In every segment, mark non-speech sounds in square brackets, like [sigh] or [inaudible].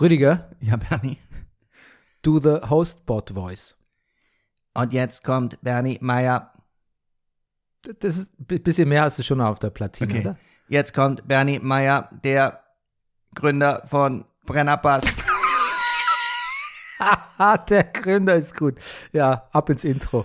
Rüdiger, Ja, Bernie. do the Hostbot Voice. Und jetzt kommt Bernie Meier. D- Das ist ein bisschen mehr als du schon auf der Platine, Okay. oder? Jetzt kommt Bernie Meier, der Gründer von Brennerpass. Haha, [laughs] der Gründer ist gut. Ja, ab ins Intro.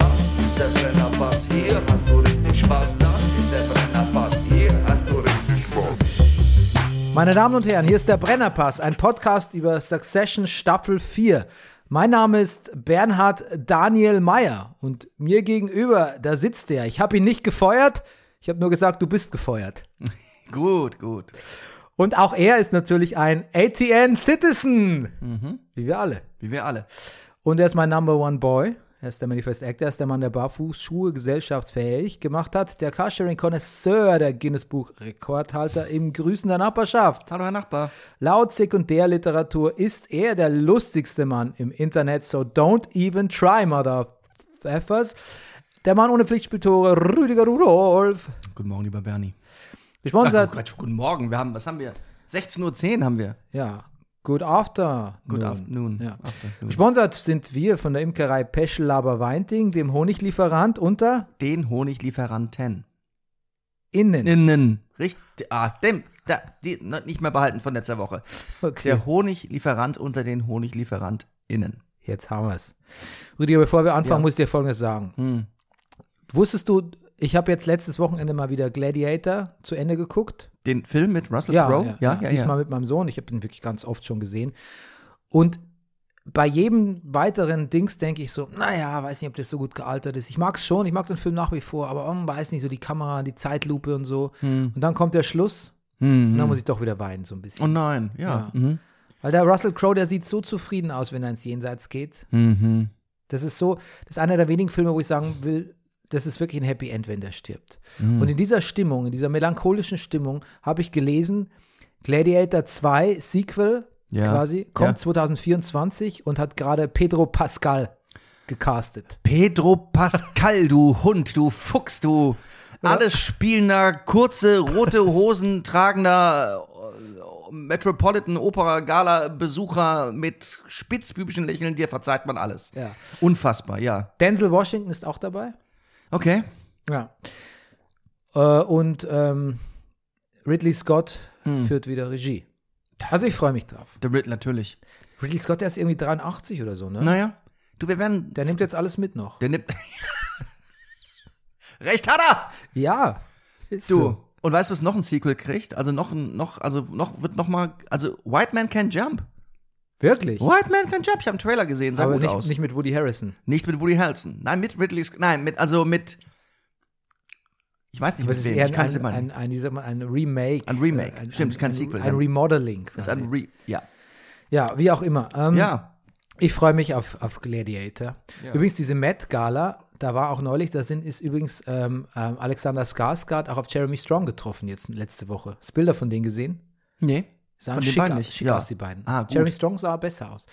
Das ist der Brennerpass, hier hast du richtig Spaß. Das ist der Brennerpass, hier hast du richtig Spaß. Meine Damen und Herren, hier ist der Brennerpass, ein Podcast über Succession Staffel 4. Mein Name ist Bernhard Daniel Meyer und mir gegenüber, da sitzt er. Ich habe ihn nicht gefeuert, ich habe nur gesagt, du bist gefeuert. gut, gut. Und auch er ist natürlich ein ATN Citizen, wie wir alle. Wie wir alle. Und er ist mein Number One Boy. Er ist der Manifest Actor, er ist der Mann, der Barfußschuhe gesellschaftsfähig gemacht hat, der carsharing konnoisseur der Guinness-Buch-Rekordhalter im Grüßen der Nachbarschaft. Hallo, Herr Nachbar. Laut Sekundärliteratur ist er der lustigste Mann im Internet, so don't even try, Motherfuckers. Der Mann ohne Pflichtspieltore, Rüdiger Rudolf. Guten Morgen, lieber Bernie. Ach, Gesponsert. Quatsch, guten Morgen. Wir haben, was haben wir? 16.10 Uhr haben wir. ja. Good after. Good afternoon. Ja. Afternoon. Gesponsert sind wir von der Imkerei Peschelaber Weinting, dem Honiglieferant unter Den Honiglieferanten. Innen. Innen. Richtig. Ah, dem. Da, die, ne, nicht mehr behalten von letzter Woche. Okay. Der Honiglieferant unter den HoniglieferantInnen. Jetzt haben wir es. Rüdiger, bevor wir anfangen, Ja. muss ich dir Folgendes sagen. Hm. Wusstest du, ich habe jetzt letztes Wochenende mal wieder Gladiator zu Ende geguckt. Den Film mit Russell ja, Crowe? Ja, ja, diesmal mit meinem Sohn. Ich habe den wirklich ganz oft schon gesehen. Und bei jedem weiteren Dings denke ich so, naja, weiß nicht, ob das so gut gealtert ist. Ich mag es schon, ich mag den Film nach wie vor, aber hm, weiß nicht, so die Kamera, die Zeitlupe und so. Und dann kommt der Schluss Hm. und dann muss ich doch wieder weinen so ein Oh bisschen. nein, Ja. ja. Mhm. Weil der Russell Crowe, der sieht so zufrieden aus, wenn er ins Jenseits geht. Mhm. Das ist so, das ist einer der wenigen Filme, wo ich sagen will, das ist wirklich ein Happy End, wenn der stirbt. Mhm. Und in dieser Stimmung, in dieser melancholischen Stimmung, habe ich gelesen, Gladiator 2 Sequel Ja. quasi kommt Ja. 2024 und hat gerade Pedro Pascal gecastet. Pedro Pascal, du Hund, du Fuchs, du alles spielender, kurze, rote Hosen tragender äh, Metropolitan Opera Gala Besucher mit spitzbübischen Lächeln, dir verzeiht man alles. Ja. Unfassbar, ja. Denzel Washington ist auch dabei. Okay. Ja. Äh, und ähm, Ridley Scott Hm. führt wieder Regie. Also ich freue mich drauf. The Rid natürlich. Ridley Scott, der ist irgendwie 83 oder so, ne? Naja, du, wir werden. Der nimmt [laughs] jetzt alles mit noch. Der nimmt. Recht hat er! Ja. Ist Du. so. Und weißt du, was noch ein Sequel kriegt? Also noch ein, noch, also noch, wird noch mal, also White Man Can Jump. Wirklich. White Man Can Jump, ich habe einen Trailer gesehen, sah Aber gut nicht, aus. nicht mit Woody Harrison. Nicht mit Woody Harrelson. Nein, mit Ridley Scott. Nein, mit, also mit. Ich weiß nicht, Aber es mit ist wem. eher Ich ein, kann es ein, immer nicht. ein, ein, wie sagt man, ein Remake. Ein Remake. Äh, Stimmt, es ist kein Sequel, es ist Ein ein- Remodeling. Das ist quasi. ein Re ja. ja, wie auch immer. Ähm, Ja. Ich freue mich auf, auf Gladiator. Ja. Übrigens, diese Met-Gala, da war auch neulich, da sind, ist übrigens ähm, ähm, Alexander Skarsgård auch auf Jeremy Strong getroffen jetzt letzte Woche. Hast du Bilder von denen gesehen? Nee. Sahen Von den schick, beiden aus- nicht, schick ja. aus, die beiden. Ah, gut. Mhm. Jeremy Strong sah besser aus.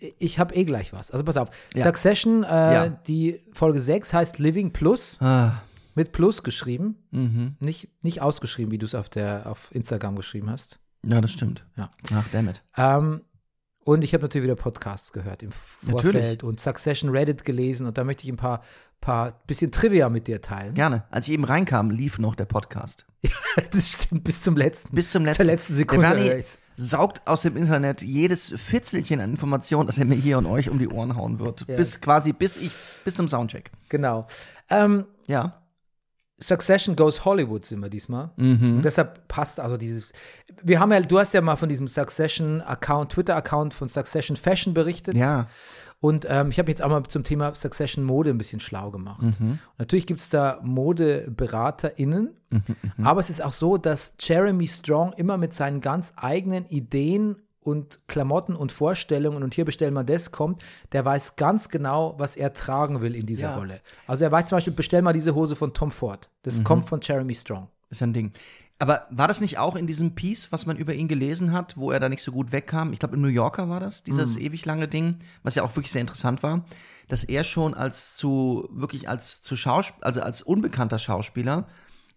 Ich- Ich habe eh gleich was. Also pass auf. Ja. Succession, äh, Ja. die Folge 6 heißt Living Plus. Ah, Mit Plus geschrieben, mhm. nicht, nicht ausgeschrieben, wie du es auf, der- auf Instagram geschrieben hast. Ja, das stimmt. Ja. Ach, damn it. Ähm, und ich habe natürlich wieder Podcasts gehört im Vorfeld Natürlich. und Succession Reddit gelesen und da möchte ich ein paar, paar bisschen Trivia mit dir teilen. [laughs] Gerne. Als ich eben reinkam, lief noch der Podcast. Das stimmt, bis zum letzten. Bis zum letzten. Zur letzten Sekunde. Der Bernie Race. saugt aus dem Internet jedes Fitzelchen an Informationen, das er mir hier und euch um die Ohren hauen wird. Ja. Bis quasi, bis ich, bis zum Soundcheck. Genau. Ähm, Ja. Succession goes Hollywood sind wir diesmal. Mhm. Und deshalb passt also dieses. Wir haben ja, du hast ja mal von diesem Succession-Account, Twitter-Account von Succession Fashion berichtet. Ja. Und ähm, ich habe jetzt auch mal zum Thema Succession Mode ein bisschen schlau gemacht. Mhm. Natürlich gibt es da ModeberaterInnen, Mhm, aber es ist auch so, dass Jeremy Strong immer mit seinen ganz eigenen Ideen und Klamotten und Vorstellungen und hier bestellen wir das kommt, der weiß ganz genau, was er tragen will in dieser Ja. Mhm. Rolle. Also er weiß zum Beispiel, bestell mal diese Hose von Tom Ford. Das kommt von Jeremy Strong. Ist ja ein Ding. Aber war das nicht auch in diesem Piece, was man über ihn gelesen hat, wo er da nicht so gut wegkam? Ich glaube, im New Yorker war das, dieses Hm. ewig lange Ding, was ja auch wirklich sehr interessant war, dass er schon als zu, wirklich als zu Schauspiel, also als unbekannter Schauspieler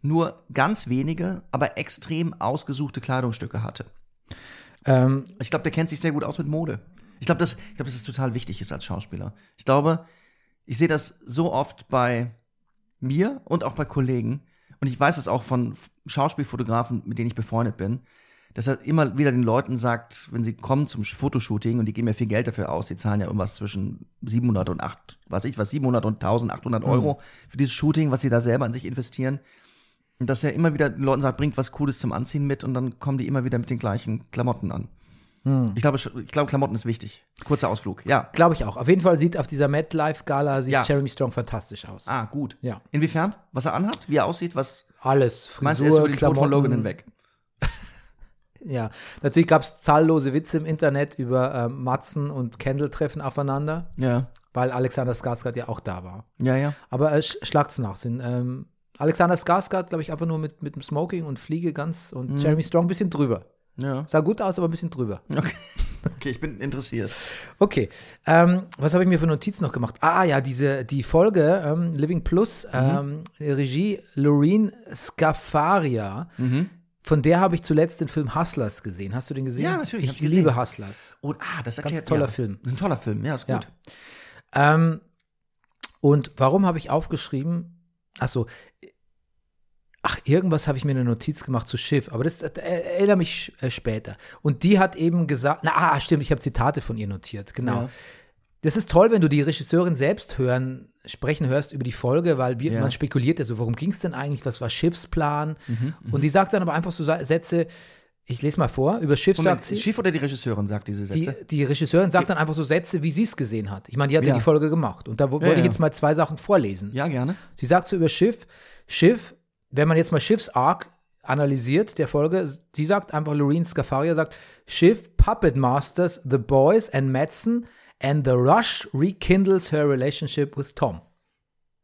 nur ganz wenige, aber extrem ausgesuchte Kleidungsstücke hatte. Ähm, Ich glaube, der kennt sich sehr gut aus mit Mode. Ich glaube, das, ich glaub, dass es total wichtig ist als Schauspieler. Ich glaube, ich sehe das so oft bei mir und auch bei Kollegen. Und ich weiß es auch von F- Schauspielfotografen, mit denen ich befreundet bin, dass er immer wieder den Leuten sagt, wenn sie kommen zum Sch- Fotoshooting und die geben ja viel Geld dafür aus, die zahlen ja irgendwas zwischen 700 und 8, was ich was, 700 und 1800 Euro für dieses Shooting, was sie da selber an sich investieren. Und dass er immer wieder den Leuten sagt, bringt was Cooles zum Anziehen mit und dann kommen die immer wieder mit den gleichen Klamotten an. Hm. Ich glaube, Sch- ich glaube, Klamotten ist wichtig. Kurzer Ausflug, ja. Glaube ich auch. Auf jeden Fall sieht auf dieser Mad Life Gala sieht Ja. Jeremy Strong fantastisch aus. Ah, gut. Ja. Inwiefern? Was er anhat, wie er aussieht, was. Alles. Frisur, Meinst du, er ist über den Tod von Klamotten. Logan hinweg? Ja. Natürlich gab es zahllose Witze im Internet über ähm, Matzen und Kendall-Treffen aufeinander, Ja. weil Alexander Skarsgård ja auch da war. Ja, ja. Aber äh, sch schlagt's nach. Sind, ähm, Alexander Skarsgård, glaube ich, einfach nur mit, mit dem Smoking und Fliege ganz Mhm. und Jeremy Strong ein bisschen drüber. Ja. Sah gut aus, aber ein bisschen drüber. Okay. okay, ich bin interessiert. Okay. Ähm, was habe ich mir für Notizen noch gemacht? Ah ja, diese die Folge ähm, Living Mhm. Plus, ähm, Regie Loreen Scafaria. Mhm. Von der habe ich zuletzt den Film Hustlers gesehen. Hast du den gesehen? Ja, natürlich, Ich, hab ich gesehen. liebe Hustlers. Und, ah, das erklärt toller ja. Film. Ist ein toller Film, ja, ist Ja. gut. Ähm, und warum habe ich aufgeschrieben? Ach so. Ach, irgendwas habe ich mir eine Notiz gemacht zu Schiff, aber das, das er- erinnere mich äh, später. Und die hat eben gesagt, na, ah, stimmt, ich habe Zitate von ihr notiert, genau. Ja. Das ist toll, wenn du die Regisseurin selbst hören, sprechen hörst über die Folge, weil wir, Ja. man spekuliert ja so, worum ging es denn eigentlich, was war Schiffsplan? Mhm, Und die sagt dann aber einfach so Sa- Sätze, ich lese mal vor, über Schiff sagt Moment, sie. Schiff oder die Regisseurin sagt diese Die, Sätze? die Regisseurin sagt dann einfach so Sätze, wie sie es gesehen hat. Ich meine, die hat ja, Ja. die Folge gemacht. Und da wo- Ja, wollte ich ja. jetzt mal zwei Sachen vorlesen. ja, gerne. Sie sagt so über Schiff, Schiff, wenn man jetzt mal Schiffs Arc analysiert, der Folge, sie sagt einfach, Loreen Scafaria sagt, Schiff, Puppet Masters, The Boys and Madsen and The Rush rekindles her relationship with Tom.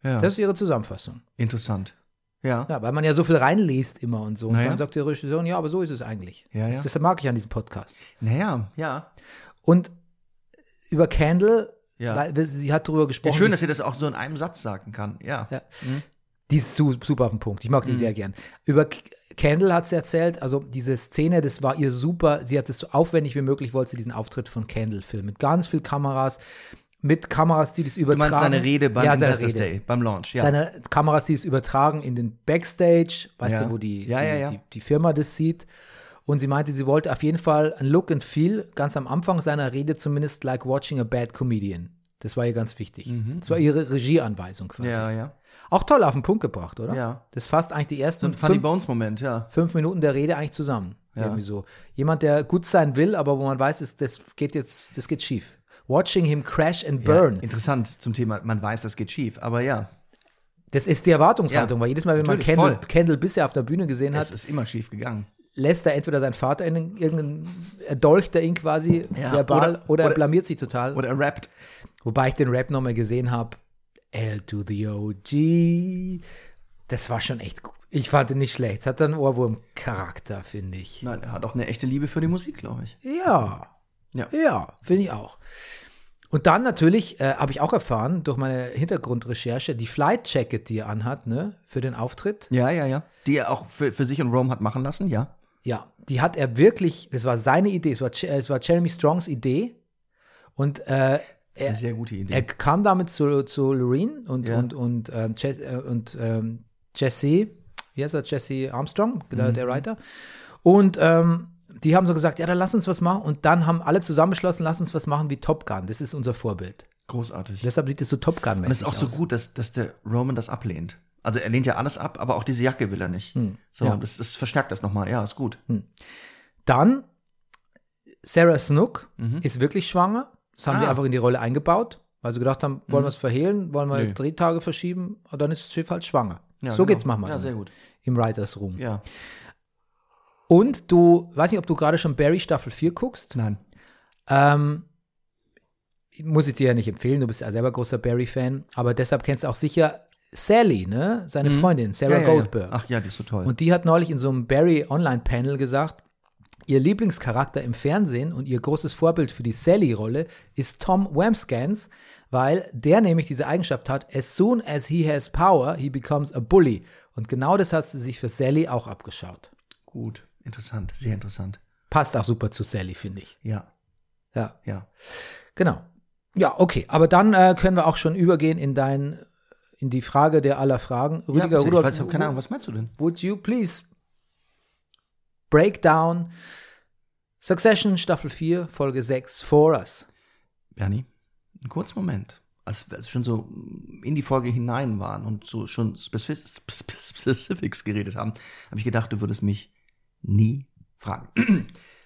Ja. Das ist ihre Zusammenfassung. Interessant. Ja. Ja, weil man ja so viel reinliest immer und so. Und Naja. dann sagt die Regisseurin, ja, aber so ist es eigentlich. Ja, ja. Das, das mag ich an diesem Podcast. Naja, ja. Und über Candle, Ja. weil wir- sie hat darüber ja. gesprochen. Schön, die- dass ihr das auch so in einem Satz sagen kann. Ja. Ja. die ist su super auf den Punkt. Ich mag Mhm. die sehr gern. Über K- Candle hat sie erzählt, also diese Szene, das war ihr super. Sie hat es so aufwendig wie möglich, wollte sie diesen Auftritt von Candle filmen. Mit ganz viel Kameras, mit Kameras, die das Du übertragen. meinst seine Rede beim ja, seine Investors Rede. Day, beim Launch, ja. Seine Kameras, die es übertragen in den Backstage, weißt Ja. du, wo die, Ja, die, ja, ja. Die, die Firma das sieht. Und sie meinte, sie wollte auf jeden Fall ein Look and Feel, ganz am Anfang seiner Rede zumindest, like watching a bad comedian. Das war ihr ganz wichtig. Das war ihre Regieanweisung quasi. Mhm. Ja, ja. Auch toll auf den Punkt gebracht, oder? Ja. Das fasst eigentlich die ersten So ein Funny fünf, Bones-Moment, ja. fünf Minuten der Rede eigentlich zusammen. Ja. Irgendwie so. Jemand, der gut sein will, aber wo man weiß, es- das geht jetzt, das geht schief. Watching him crash and burn. Ja, interessant zum Thema, man weiß, das geht schief, aber ja, Das ist die Erwartungshaltung, Ja, weil jedes Mal, wenn man natürlich, Kendall, voll. Kendall bisher auf der Bühne gesehen es hat, ist immer schief gegangen. lässt er entweder seinen Vater in den- irgendeinen, er dolcht er ihn quasi Ja, verbal oder, oder- er oder- blamiert sich total. Oder er rappt. Wobei ich den Rap nochmal gesehen habe. L to the OG. Das war schon echt gut. Ich fand ihn nicht schlecht. Es hat dann Ohrwurm-Charakter, finde ich. Nein, er hat auch eine echte Liebe für die Musik, glaube ich. Ja. Ja. Ja, finde ich auch. Und dann natürlich äh, habe ich auch erfahren durch meine Hintergrundrecherche, die Flight Jacket, die er anhat, ne, für den Auftritt. Ja, ja, ja. Die er auch für, für sich und Rome hat machen lassen, ja. Ja, die hat er wirklich, das war seine Idee, es war, Ch- äh, es war Jeremy Strongs Idee. Und äh, Das ist eine sehr gute Idee. er kam damit zu, zu Loreen und, Ja. und, und, ähm, Je äh, und ähm, Jesse, wie heißt er, Jesse Armstrong, Mhm. der, der Writer. Und ähm, die haben so gesagt, ja, dann lass uns was machen. Und dann haben alle zusammen beschlossen, lass uns was machen wie Top Gun. Das ist unser Vorbild. Großartig. Deshalb sieht es so Top gun Und es ist auch so aus. gut, dass, dass der Roman das ablehnt. Also er lehnt ja alles ab, aber auch diese Jacke will er nicht. So, Hm. ja. das, das verstärkt das nochmal. Ja, ist gut. Dann, Sarah Snook Mhm. ist wirklich schwanger. Das haben sie Ah. Mhm. einfach in die Rolle eingebaut, weil sie gedacht haben, wollen wir es verhehlen, wollen wir Nö. Drehtage verschieben, Und dann ist das Schiff halt schwanger. Ja, so genau. geht's manchmal Ja, im- sehr gut. im Writers Room. Ja. Und du, weiß nicht, ob du gerade schon Barry Staffel 4 guckst. Nein. Ähm, muss ich dir ja nicht empfehlen, du bist ja selber großer Barry-Fan, aber deshalb kennst du auch sicher Sally, ne? Seine Freundin, Sarah Mhm. ja, ja, Goldberg. Ja. Ach ja, die ist so toll. Und die hat neulich in so einem Barry Online-Panel gesagt, ihr Lieblingscharakter im Fernsehen und ihr großes Vorbild für die Sally-Rolle ist Tom Wamscans, weil der nämlich diese Eigenschaft hat, as soon as he has power, he becomes a bully. Und genau das hat sie sich für Sally auch abgeschaut. Gut, interessant, sehr interessant. Passt auch super zu Sally, finde ich. Ja, Ja, ja. genau. Ja, okay. Aber dann äh, können wir auch schon übergehen in dein, in die Frage der aller Fragen. ja Rüdiger bitte, ich Rudolf, weiß, ich habe keine Ahnung, was meinst du denn? would you please break down Succession Staffel 4, Folge 6 for us? Bernie, einen kurzen Moment, als wir als wir schon so in die Folge hinein waren und so schon Speci- Sp- Sp- Specifics geredet haben, habe ich gedacht, du würdest mich nie fragen.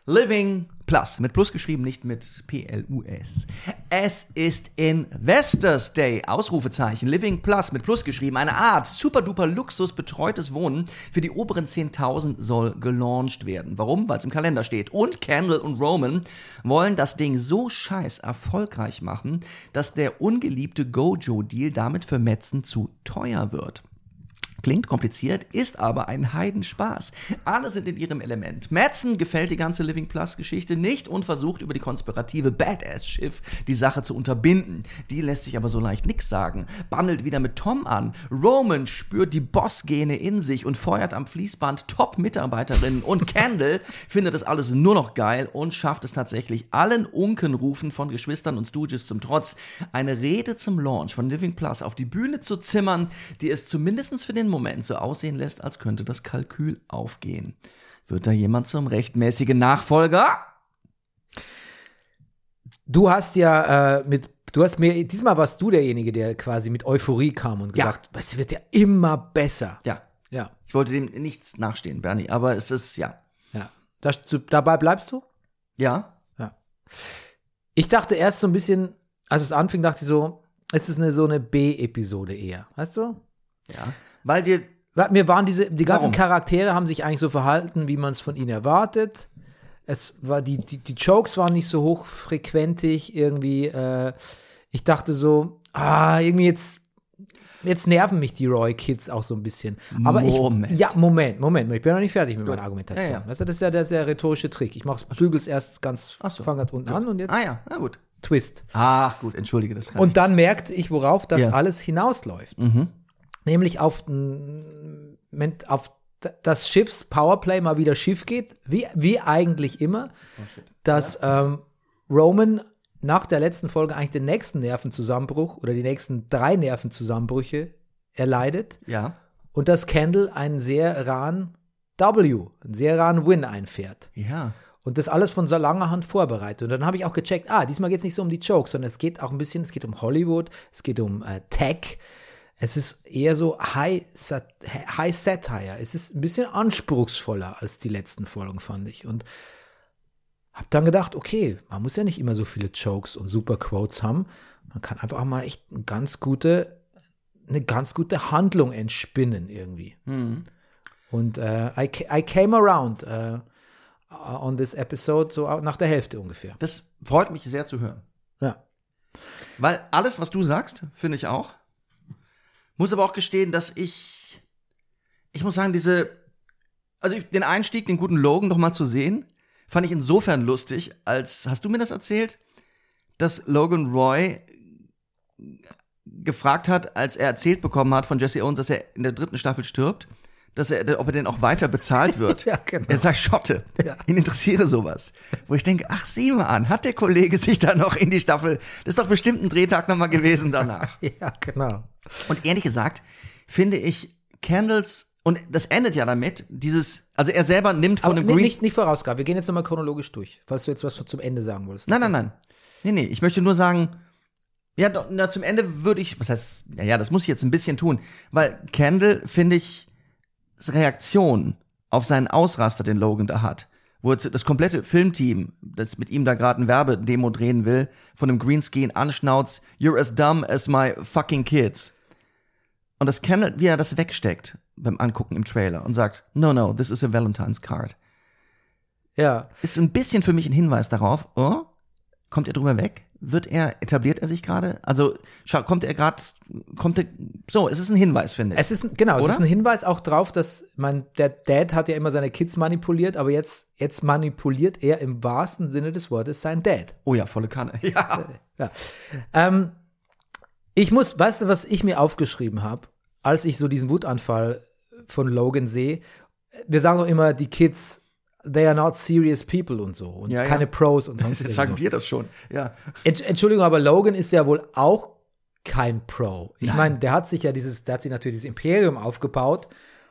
Living Plus, mit Plus geschrieben, nicht mit P-L-U-S. Es ist Investors Day, Ausrufezeichen. Living Plus, mit Plus geschrieben, eine Art super-duper Luxus betreutes Wohnen für die oberen 10.000 soll gelauncht werden. Warum? Weil es im Kalender steht. Und Candle und Roman wollen das Ding so scheiß erfolgreich machen, dass der ungeliebte Gojo-Deal damit für Metzen zu teuer wird. Klingt kompliziert, ist aber ein Heidenspaß. Alle sind in ihrem Element. Madsen gefällt die ganze Living Plus Geschichte nicht und versucht über die konspirative Badass-Schiff die Sache zu unterbinden. Die lässt sich aber so leicht nix sagen. Bandelt wieder mit Tom an. Roman spürt die Boss-Gene in sich und feuert am Fließband Top-Mitarbeiterinnen. Und [laughs] Candle findet das alles nur noch geil und schafft es tatsächlich allen Unkenrufen von Geschwistern und Stooges zum Trotz, eine Rede zum Launch von Living Plus auf die Bühne zu zimmern, die es zumindest für den Moment so aussehen lässt, als könnte das Kalkül aufgehen. Wird da jemand zum rechtmäßigen Nachfolger? Du hast ja äh, mit, du hast mir, diesmal warst du derjenige, der quasi mit Euphorie kam und Ja. gesagt, es wird ja immer besser. Ja, Ja, ich wollte dem nichts nachstehen, Bernie, aber es ist ja. ja. Das, zu, dabei bleibst du? Ja, Ich dachte erst so ein bisschen, als es anfing, dachte ich so, es ist eine, so eine B-Episode eher, weißt du? ja. Weil dir. Weil Mir waren diese, die ganzen Warum? Charaktere haben sich eigentlich so verhalten, wie man es von ihnen erwartet. Es war, die, die, die Jokes waren nicht so hochfrequentig irgendwie. Äh, ich dachte so, ah, irgendwie jetzt, jetzt nerven mich die Roy Kids auch so ein bisschen. Aber Moment. ich, ja, Moment, Moment, ich bin noch nicht fertig mit meiner Argumentation. Ja, ja. Weißt du, das ist ja der sehr rhetorische Trick. Ich mach's Flügels erst ganz, Ach so. fang ganz unten an und jetzt Ah ja, na gut. Twist. Ach gut, entschuldige das. kann Und dann merkte ich, worauf das Ja. alles hinausläuft. Nämlich auf, n- men- auf d- das Schiffs Powerplay mal wieder schief geht, wie, wie eigentlich immer, dass ähm, Roman nach der letzten Folge eigentlich den nächsten Nervenzusammenbruch oder die nächsten drei Nervenzusammenbrüche erleidet ich. Ja. und dass Kendall einen sehr rahen W, einen sehr rahen Win einfährt. Ja. Und das alles von so langer Hand vorbereitet. Und dann habe ich auch gecheckt, ah, diesmal geht es nicht so um die Jokes, sondern es geht auch ein bisschen, es geht um Hollywood, es geht um äh, Tech. Es ist eher so High, Sat High Satire. Es ist ein bisschen anspruchsvoller als die letzten Folgen, fand ich. Und habe dann gedacht, okay, man muss ja nicht immer so viele Jokes und super Quotes haben. Man kann einfach auch mal echt eine ganz gute, eine ganz gute Handlung entspinnen irgendwie. Hm. Und äh, I, ca- I came around äh, on this episode so nach der Hälfte [laughs] ungefähr. Das freut mich sehr zu hören. Ja. Weil alles, was du sagst, finde ich auch. Muss aber auch gestehen, dass ich, ich muss sagen, diese, also ich, den Einstieg, den guten Logan nochmal zu sehen, fand ich insofern lustig, als, hast du mir das erzählt, dass Logan Roy gefragt hat, als er erzählt bekommen hat von Jesse Owens, dass er in der dritten Staffel stirbt, dass er, ob er denn auch weiter [laughs] bezahlt wird. Ja, genau. Er sei Schotte. Ja. Ihn interessiere sowas. Wo ich denke, ach, sieh mal an, hat der Kollege sich da noch in die Staffel, das ist doch bestimmt ein Drehtag nochmal gewesen danach. [laughs] Ja, genau. Und ehrlich gesagt, finde ich Candles, und das endet ja damit, dieses, also er selber nimmt von Aber einem ni- Green. nicht, nicht vorausgabe. Wir gehen jetzt nochmal chronologisch durch, falls du jetzt was zum Ende sagen wolltest. Nein, nein, nein. Nee, nee, ich möchte nur sagen, ja, doch, na, zum Ende würde ich, was heißt, ja, ja, das muss ich jetzt ein bisschen tun, weil Candle, finde ich, s- Reaktion auf seinen Ausraster, den Logan da hat, wo jetzt das komplette Filmteam, das mit ihm da gerade ein Werbedemo drehen will, von einem Greenscreen anschnauzt, you're as dumb as my fucking kids. Und das Candle, wie er das wegsteckt beim Angucken im Trailer und sagt, no, no, this is a Valentine's card Ja. ist ein bisschen für mich ein Hinweis darauf, oh, Kommt er drüber weg? Wird er, etabliert er sich gerade? Also scha- kommt er gerade, kommt er, so, es ist ein Hinweis, finde ich. Es ist, ein- genau, Oder? es ist ein Hinweis auch drauf, dass man, der Dad hat ja immer seine Kids manipuliert, aber jetzt, jetzt manipuliert er im wahrsten Sinne des Wortes seinen Dad. oh ja, volle Kanne. [laughs] Ja. Ja. Ähm, ich muss, weißt du, was ich mir aufgeschrieben habe, als ich so diesen Wutanfall von Logan sehe? Wir sagen doch immer, die Kids, they are not serious people und so und Ja, genau. ja. keine Pros und sonst Jetzt sagen irgendwas. wir [laughs] das schon. Ja. Entsch- Entschuldigung, aber Logan ist ja wohl auch kein Pro. Ich Nein. meine, der hat sich ja dieses, der hat sich natürlich dieses Imperium aufgebaut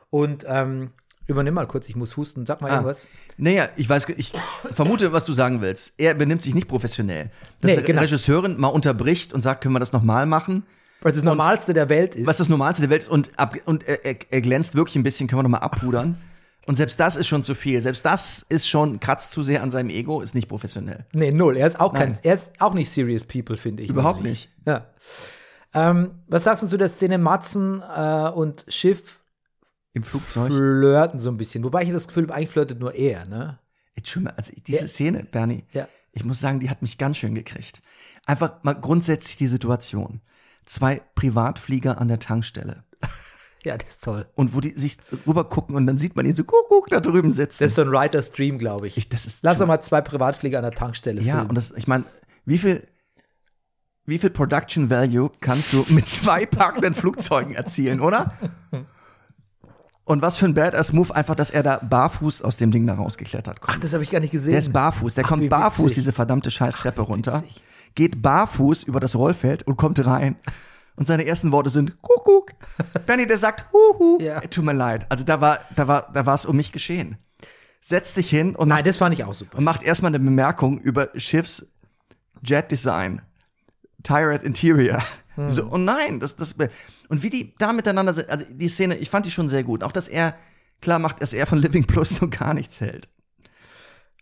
und ähm, übernimm mal kurz, ich muss husten, sag mal Ah. irgendwas. Naja, ich weiß, ge- ich vermute, was du sagen willst. Er benimmt sich nicht professionell. Dass Nee, die genau. Regisseurin mal unterbricht und sagt, können wir das nochmal machen? Was das Normalste der Welt ist. was das Normalste der Welt ist und, ab, und er, er, er glänzt wirklich ein bisschen, können wir nochmal abrudern. Und selbst das ist schon zu viel. Selbst das ist schon, kratzt zu sehr an seinem Ego, ist nicht professionell. Nee, null. Er ist auch kein, Nein. er ist auch nicht serious people, finde ich. Überhaupt nämlich. Ja. Ähm, was sagst du zu der Szene Matzen äh, und Schiff Im Flugzeug. flirten so ein bisschen? Wobei ich das Gefühl habe, eigentlich flirtet nur er, ne? Entschuldigung, also diese Ja. Szene, Bernie, Ja. ich muss sagen, die hat mich ganz schön gekriegt. Einfach mal grundsätzlich die Situation. Zwei Privatflieger an der Tankstelle. Ja, das ist toll. Und wo die sich so rüber gucken und dann sieht man ihn so guck da drüben sitzen. Das ist so ein Writer's Dream, glaube ich. Ich- das ist Lass doch mal zwei Privatflieger an der Tankstelle Ja, filmen. und das, ich meine, wie viel, wie viel Production Value kannst du mit zwei parkenden Flugzeugen [laughs] erzielen, oder? Und was für ein badass Move einfach, dass er da barfuß aus dem Ding da rausgeklettert kommt. Ach, das habe ich gar nicht gesehen. der ist barfuß, der Ach, wie kommt barfuß witzig. diese verdammte scheiß Treppe runter, witzig. geht barfuß über das Rollfeld und kommt rein. Und seine ersten Worte sind Kuckuck. Benny, der sagt Huhu. Ja. Ey, Tut mir leid. Also da war, da war, da war es um mich geschehen. Setz dich hin und Nein, das fand ich auch super. und macht erstmal eine Bemerkung über Schiffs Jet Design. Tyrant Interior. Hm. So, oh nein, das, das, und wie die da miteinander sind, also die Szene, ich fand die schon sehr gut. Auch, dass er klar macht, dass er von Living Plus [laughs] so gar nichts hält.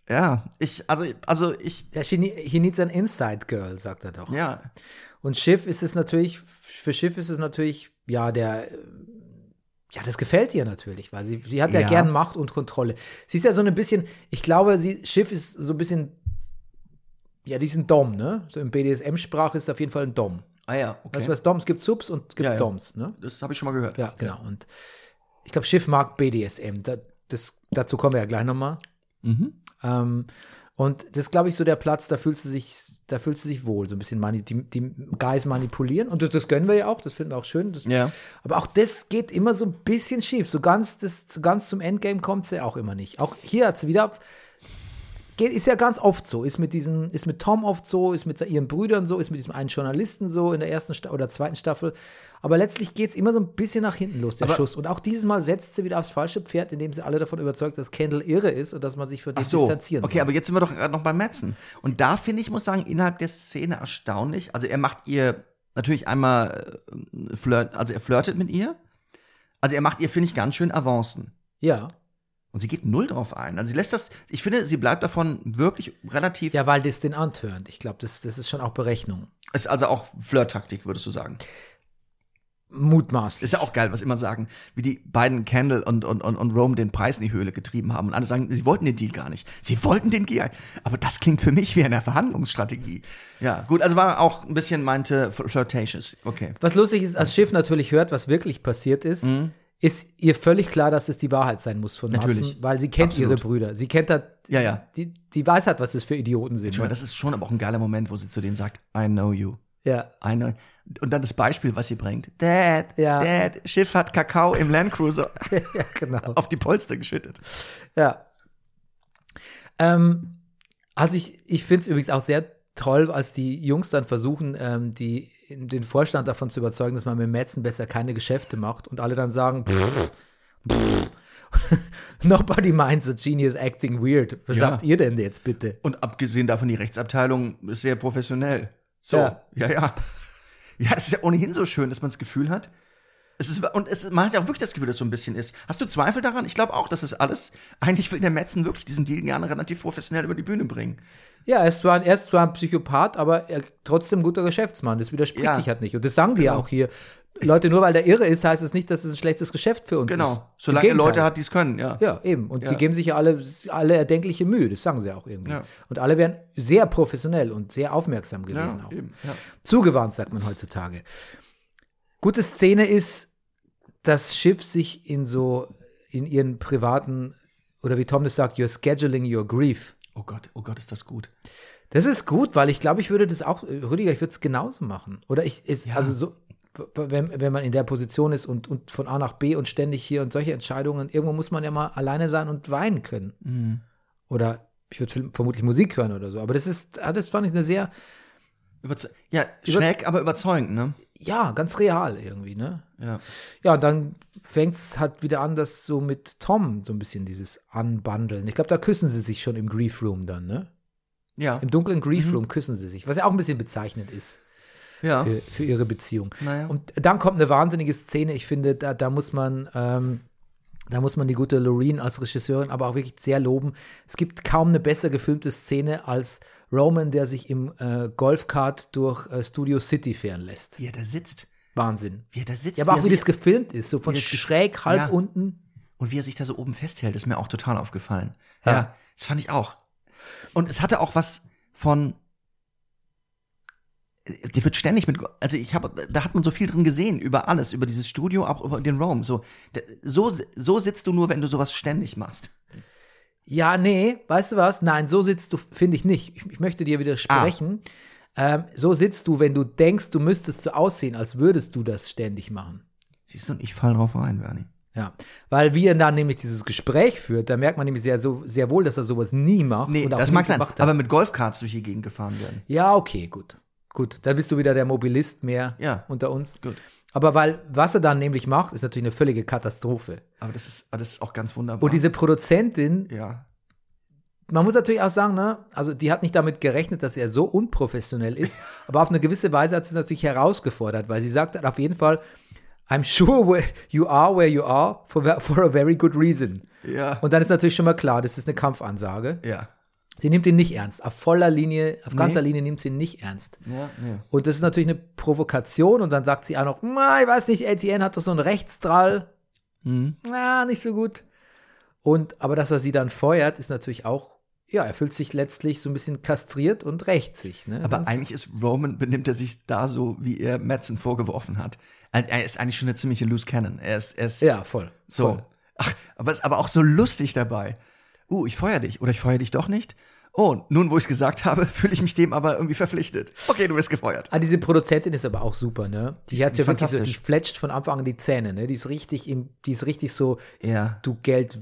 Ja, ich, also, also ich, Ja, she, need, he needs an Inside Girl, sagt er doch. ja, Und Schiff ist es natürlich, für Schiff ist es natürlich, ja, der, äh, ja, das gefällt ihr natürlich, weil sie, sie hat ja, Ja. gern Macht und Kontrolle. Sie ist ja so ein bisschen, ich glaube, sie, Schiff ist so ein bisschen, ja, die ist ein Dom, ne? So in BDSM-Sprache ist es auf jeden Fall ein Dom. ah ja, okay. Weißt du, was Doms gibt? Subs und es gibt Ja, ja. Doms, ne? das habe ich schon mal gehört. Ja, genau. Und ich glaube, Schiff mag BDSM. Da, das, dazu kommen wir ja gleich nochmal. Mhm. Ähm, und das ist, glaube ich, so der Platz, da fühlst du sich, da fühlst du dich wohl, so ein bisschen mani die, die Guys manipulieren. Und das, das gönnen wir ja auch, das finden wir auch schön. Das, Ja. Aber auch das geht immer so ein bisschen schief. So ganz, das, so ganz zum Endgame kommt es ja auch immer nicht. Auch hier hat es wieder. Geht, ist ja ganz oft so. Ist mit diesen, ist mit Tom oft so, ist mit ihren Brüdern so, ist mit diesem einen Journalisten so in der ersten Sta oder zweiten Staffel. Aber letztlich geht es immer so ein bisschen nach hinten los, der Aber- Schuss. Und auch dieses Mal setzt sie wieder aufs falsche Pferd, indem sie alle davon überzeugt, dass Kendall irre ist und dass man sich von dem Ach so, distanzieren okay, soll. aber jetzt sind wir doch gerade noch bei Madsen. Und da finde ich, muss sagen, innerhalb der Szene erstaunlich. Also er macht ihr natürlich einmal äh, flirt, also er flirtet mit ihr. Also er macht ihr, finde ich, ganz schön Avancen. ja. Und sie geht null drauf ein. Also sie lässt das, ich finde, sie bleibt davon wirklich relativ, ja, weil das den antörnt. Ich glaube, das, das ist schon auch Berechnung. ist also auch Flirttaktik, würdest du sagen. Mutmaßlich. Ist ja auch geil, was immer sagen, wie die beiden Candle und, und, und, und Rome den Preis in die Höhle getrieben haben. Und alle sagen, sie wollten den Deal gar nicht. Sie wollten den Deal. Aber das klingt für mich wie eine Verhandlungsstrategie. Ja, gut, also war auch ein bisschen meinte fl- flirtatious. Okay. Was lustig ist, als Schiff natürlich hört, was wirklich passiert ist, Mhm. ist ihr völlig klar, dass es die Wahrheit sein muss von Natürlich. Matzen, weil sie kennt Absolut. ihre Brüder. Sie kennt halt, Ja, ja. Die, die weiß halt, was das für Idioten sind. Entschuldigung, ne? das ist schon aber auch ein geiler Moment, wo sie zu denen sagt, I know you. ja. I know. Und dann das Beispiel, was sie bringt. Dad, Ja. Dad, Schiff hat Kakao im Landcruiser ja, genau. [laughs] auf die Polster geschüttet. Ja. Ähm, also ich, ich finde es übrigens auch sehr toll, als die Jungs dann versuchen, ähm, die, den Vorstand davon zu überzeugen, dass man mit Metzen besser keine Geschäfte macht und alle dann sagen, pff, pff, [laughs] nobody minds a genius acting weird. Was Ja. sagt ihr denn jetzt bitte? Und abgesehen davon, die Rechtsabteilung ist sehr professionell. So, Ja. ja, ja. Ja, das ist ja ohnehin so schön, dass man das Gefühl hat, Es ist, und es, man hat ja auch wirklich das Gefühl, dass es so ein bisschen ist. Hast du Zweifel daran? Ich glaube auch, dass das alles, eigentlich will der Metzen wirklich diesen Deal gerne relativ professionell über die Bühne bringen. Ja, er ist, zwar ein, er ist zwar ein Psychopath, aber er trotzdem ein guter Geschäftsmann. Das widerspricht Ja. sich halt nicht. Und das sagen die ja Genau. auch hier. Leute, nur weil der irre ist, heißt es nicht, dass es ein schlechtes Geschäft für uns ist. Im Genau. Solange er Leute Gegenteil. hat, die es können, ja. Ja, eben. Und Ja. die geben sich ja alle, alle erdenkliche Mühe, das sagen sie auch irgendwie. Ja. Und alle wären sehr professionell und sehr aufmerksam gewesen ja, auch. eben, ja. Zugewandt, sagt man heutzutage. Gute Szene ist, das Schiff sich in so, in ihren privaten, oder wie Tom das sagt, you're scheduling your grief. Oh Gott, oh Gott, ist das gut. Das ist gut, weil ich glaube, ich würde das auch, Rüdiger, ich würde es genauso machen. Oder ich, ist, Ja. also so, w- w- wenn, wenn man in der Position ist und, und von A nach B und ständig hier und solche Entscheidungen, irgendwo muss man ja mal alleine sein und weinen können. Hm. Oder ich würde vermutlich Musik hören oder so. Aber das ist, ah, das fand ich eine sehr, Überze ja, schräg, aber überzeugend, ne? ja, ganz real irgendwie, ne? Ja. Ja, und dann fängt es halt wieder an, dass so mit Tom so ein bisschen dieses Anbandeln. Ich glaube, da küssen sie sich schon im Grief Room dann, ne? Ja. Im dunklen Grief Room küssen sie sich, was ja auch ein bisschen bezeichnend ist. Ja. für, für ihre Beziehung. Naja. Und dann kommt eine wahnsinnige Szene. Ich finde, da, da muss man. Ähm, da muss man die gute Loreen als Regisseurin aber auch wirklich sehr loben. Es gibt kaum eine besser gefilmte Szene als Roman, der sich im äh, Golfkart durch äh, Studio City fahren lässt. Wie er da sitzt. Wahnsinn. Wie er da sitzt. Ja, aber auch er wie sich- das gefilmt ist, so von Ja, schräg halb ja. unten. Und wie er sich da so oben festhält, ist mir auch total aufgefallen. Ja. Ja. das fand ich auch. Und es hatte auch was von. Die wird ständig mit. Also ich habe, da hat man so viel drin gesehen, über alles, über dieses Studio, auch über den Rome. So, der- so, so sitzt du nur, wenn du sowas ständig machst. Ja, nee, weißt du was? Nein, so sitzt du, finde ich nicht. Ich, ich möchte dir widersprechen. Ähm, so sitzt du, wenn du denkst, du müsstest so aussehen, als würdest du das ständig machen. Siehst du, und ich fall drauf rein, Bernie. Ja, weil wie er dann nämlich dieses Gespräch führt, da merkt man nämlich sehr, so, sehr wohl, dass er sowas nie macht. Nee, und auch das nie mag sein, gemacht hat. aber mit Golfkarts durch die Gegend gefahren werden. ja, okay, gut. Gut, da bist du wieder der Mobilist mehr Ja. unter uns. Gut. Aber weil, was er dann nämlich macht, ist natürlich eine völlige Katastrophe. Aber das ist, aber das ist auch ganz wunderbar. Und diese Produzentin, ja. man muss natürlich auch sagen, ne, also die hat nicht damit gerechnet, dass er so unprofessionell ist, aber auf eine gewisse Weise hat sie es natürlich herausgefordert, weil sie sagt halt auf jeden Fall, I'm sure where you are where you are for, for a very good reason. Ja. Und dann ist natürlich schon mal klar, das ist eine Kampfansage. ja. Sie nimmt ihn nicht ernst. Auf voller Linie, auf Nee. ganzer Linie nimmt sie ihn nicht ernst. Ja, ja. Und das ist natürlich eine Provokation. Und dann sagt sie auch noch, "Na, ich weiß nicht, Etienne hat doch so einen Rechtsdrall. Mhm. Na, nicht so gut. Und, aber dass er sie dann feuert, ist natürlich auch, ja, er fühlt sich letztlich so ein bisschen kastriert und rächt sich. Ne? Aber Ganz- eigentlich ist Roman, benimmt er sich da so, wie er Madsen vorgeworfen hat. Also Er ist eigentlich schon eine ziemliche Loose Cannon. Er ist, er ist Ja, voll. so. Voll. Ach, aber ist aber auch so lustig dabei. Uh, ich feuer dich oder ich feuer dich doch nicht. Oh, nun, wo ich es gesagt habe, [laughs] fühle ich mich dem aber irgendwie verpflichtet. Okay, du bist gefeuert. Ah, diese Produzentin ist aber auch super, ne? Die, ist- hat die ja ist wirklich so, die fantastisch. fletscht von Anfang an die Zähne, ne? Die ist richtig im, die ist richtig so, Ja. du Geld,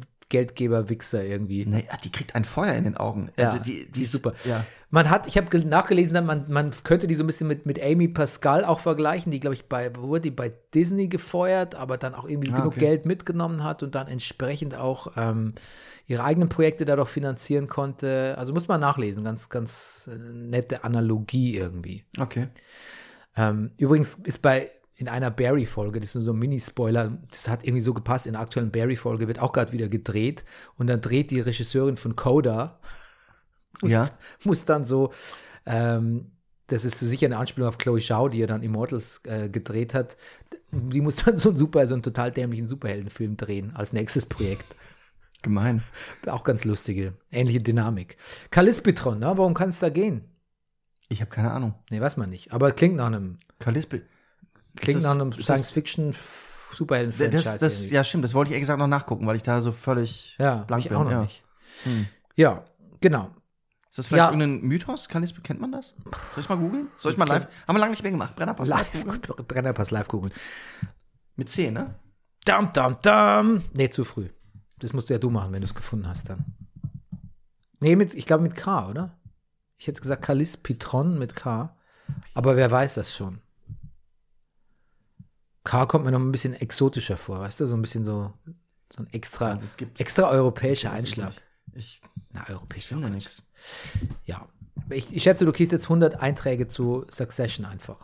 Geldgeber-Wichser irgendwie. Nee, ah, die kriegt ein Feuer in den Augen. Ja, also die, die ist super. Ja. Man hat, ich habe nachgelesen, dass man, man könnte die so ein bisschen mit, mit Amy Pascal auch vergleichen, die, glaube ich, bei, wo wurde die bei Disney gefeuert, aber dann auch irgendwie Ah, genug okay. Geld mitgenommen hat und dann entsprechend auch ähm, ihre eigenen Projekte dadurch finanzieren konnte. Also muss man nachlesen, ganz, ganz äh, nette Analogie irgendwie. Okay. Ähm, übrigens ist bei in einer Barry-Folge, das ist nur so ein Mini-Spoiler, das hat irgendwie so gepasst, in der aktuellen Barry-Folge wird auch gerade wieder gedreht und dann dreht die Regisseurin von Coda, [laughs] muss, Ja. muss dann so, ähm, das ist so sicher eine Anspielung auf Chloe Zhao, die ja dann Immortals äh, gedreht hat, die muss dann so einen super, so einen total dämlichen Superheldenfilm drehen als nächstes Projekt. Gemein. Auch ganz lustige, ähnliche Dynamik. Kalispitron, ne? warum kann es da gehen? Ich habe keine Ahnung. Nee, weiß man nicht, aber klingt nach einem Kalispe. Klingt Ist nach das- einem ist das- Das, Science-Fiction-Superhelden-Franchise. das, das, irgendwie. ja, stimmt. Das wollte ich ehrlich gesagt noch nachgucken, weil ich da so völlig ja blank ich bin. auch noch ja. nicht. Hm. Ja, genau. Ist das Ja. vielleicht irgendein Mythos? Kann ich, kennt man das? Soll ich mal googeln? Soll ich mal live? Haben wir lange nicht mehr gemacht. Brennerpass live Live, [laughs] googeln? Brennerpass live googeln. Mit C, ne? Dam, dam, dam. Nee, zu früh. Das musst du ja du machen, wenn du es gefunden hast dann. Nee, mit, ich glaube mit K, oder? Ich hätte gesagt Kalispitron mit K. Aber wer weiß das schon? K kommt mir noch ein bisschen exotischer vor, weißt du? So ein bisschen so, so ein extra, Also es gibt- extra europäischer Das ist Einschlag. nicht- Ich Na, europäischer finde Quatsch. nichts. Ja. Ich, ich schätze, du kriegst jetzt 100 Einträge zu Succession einfach.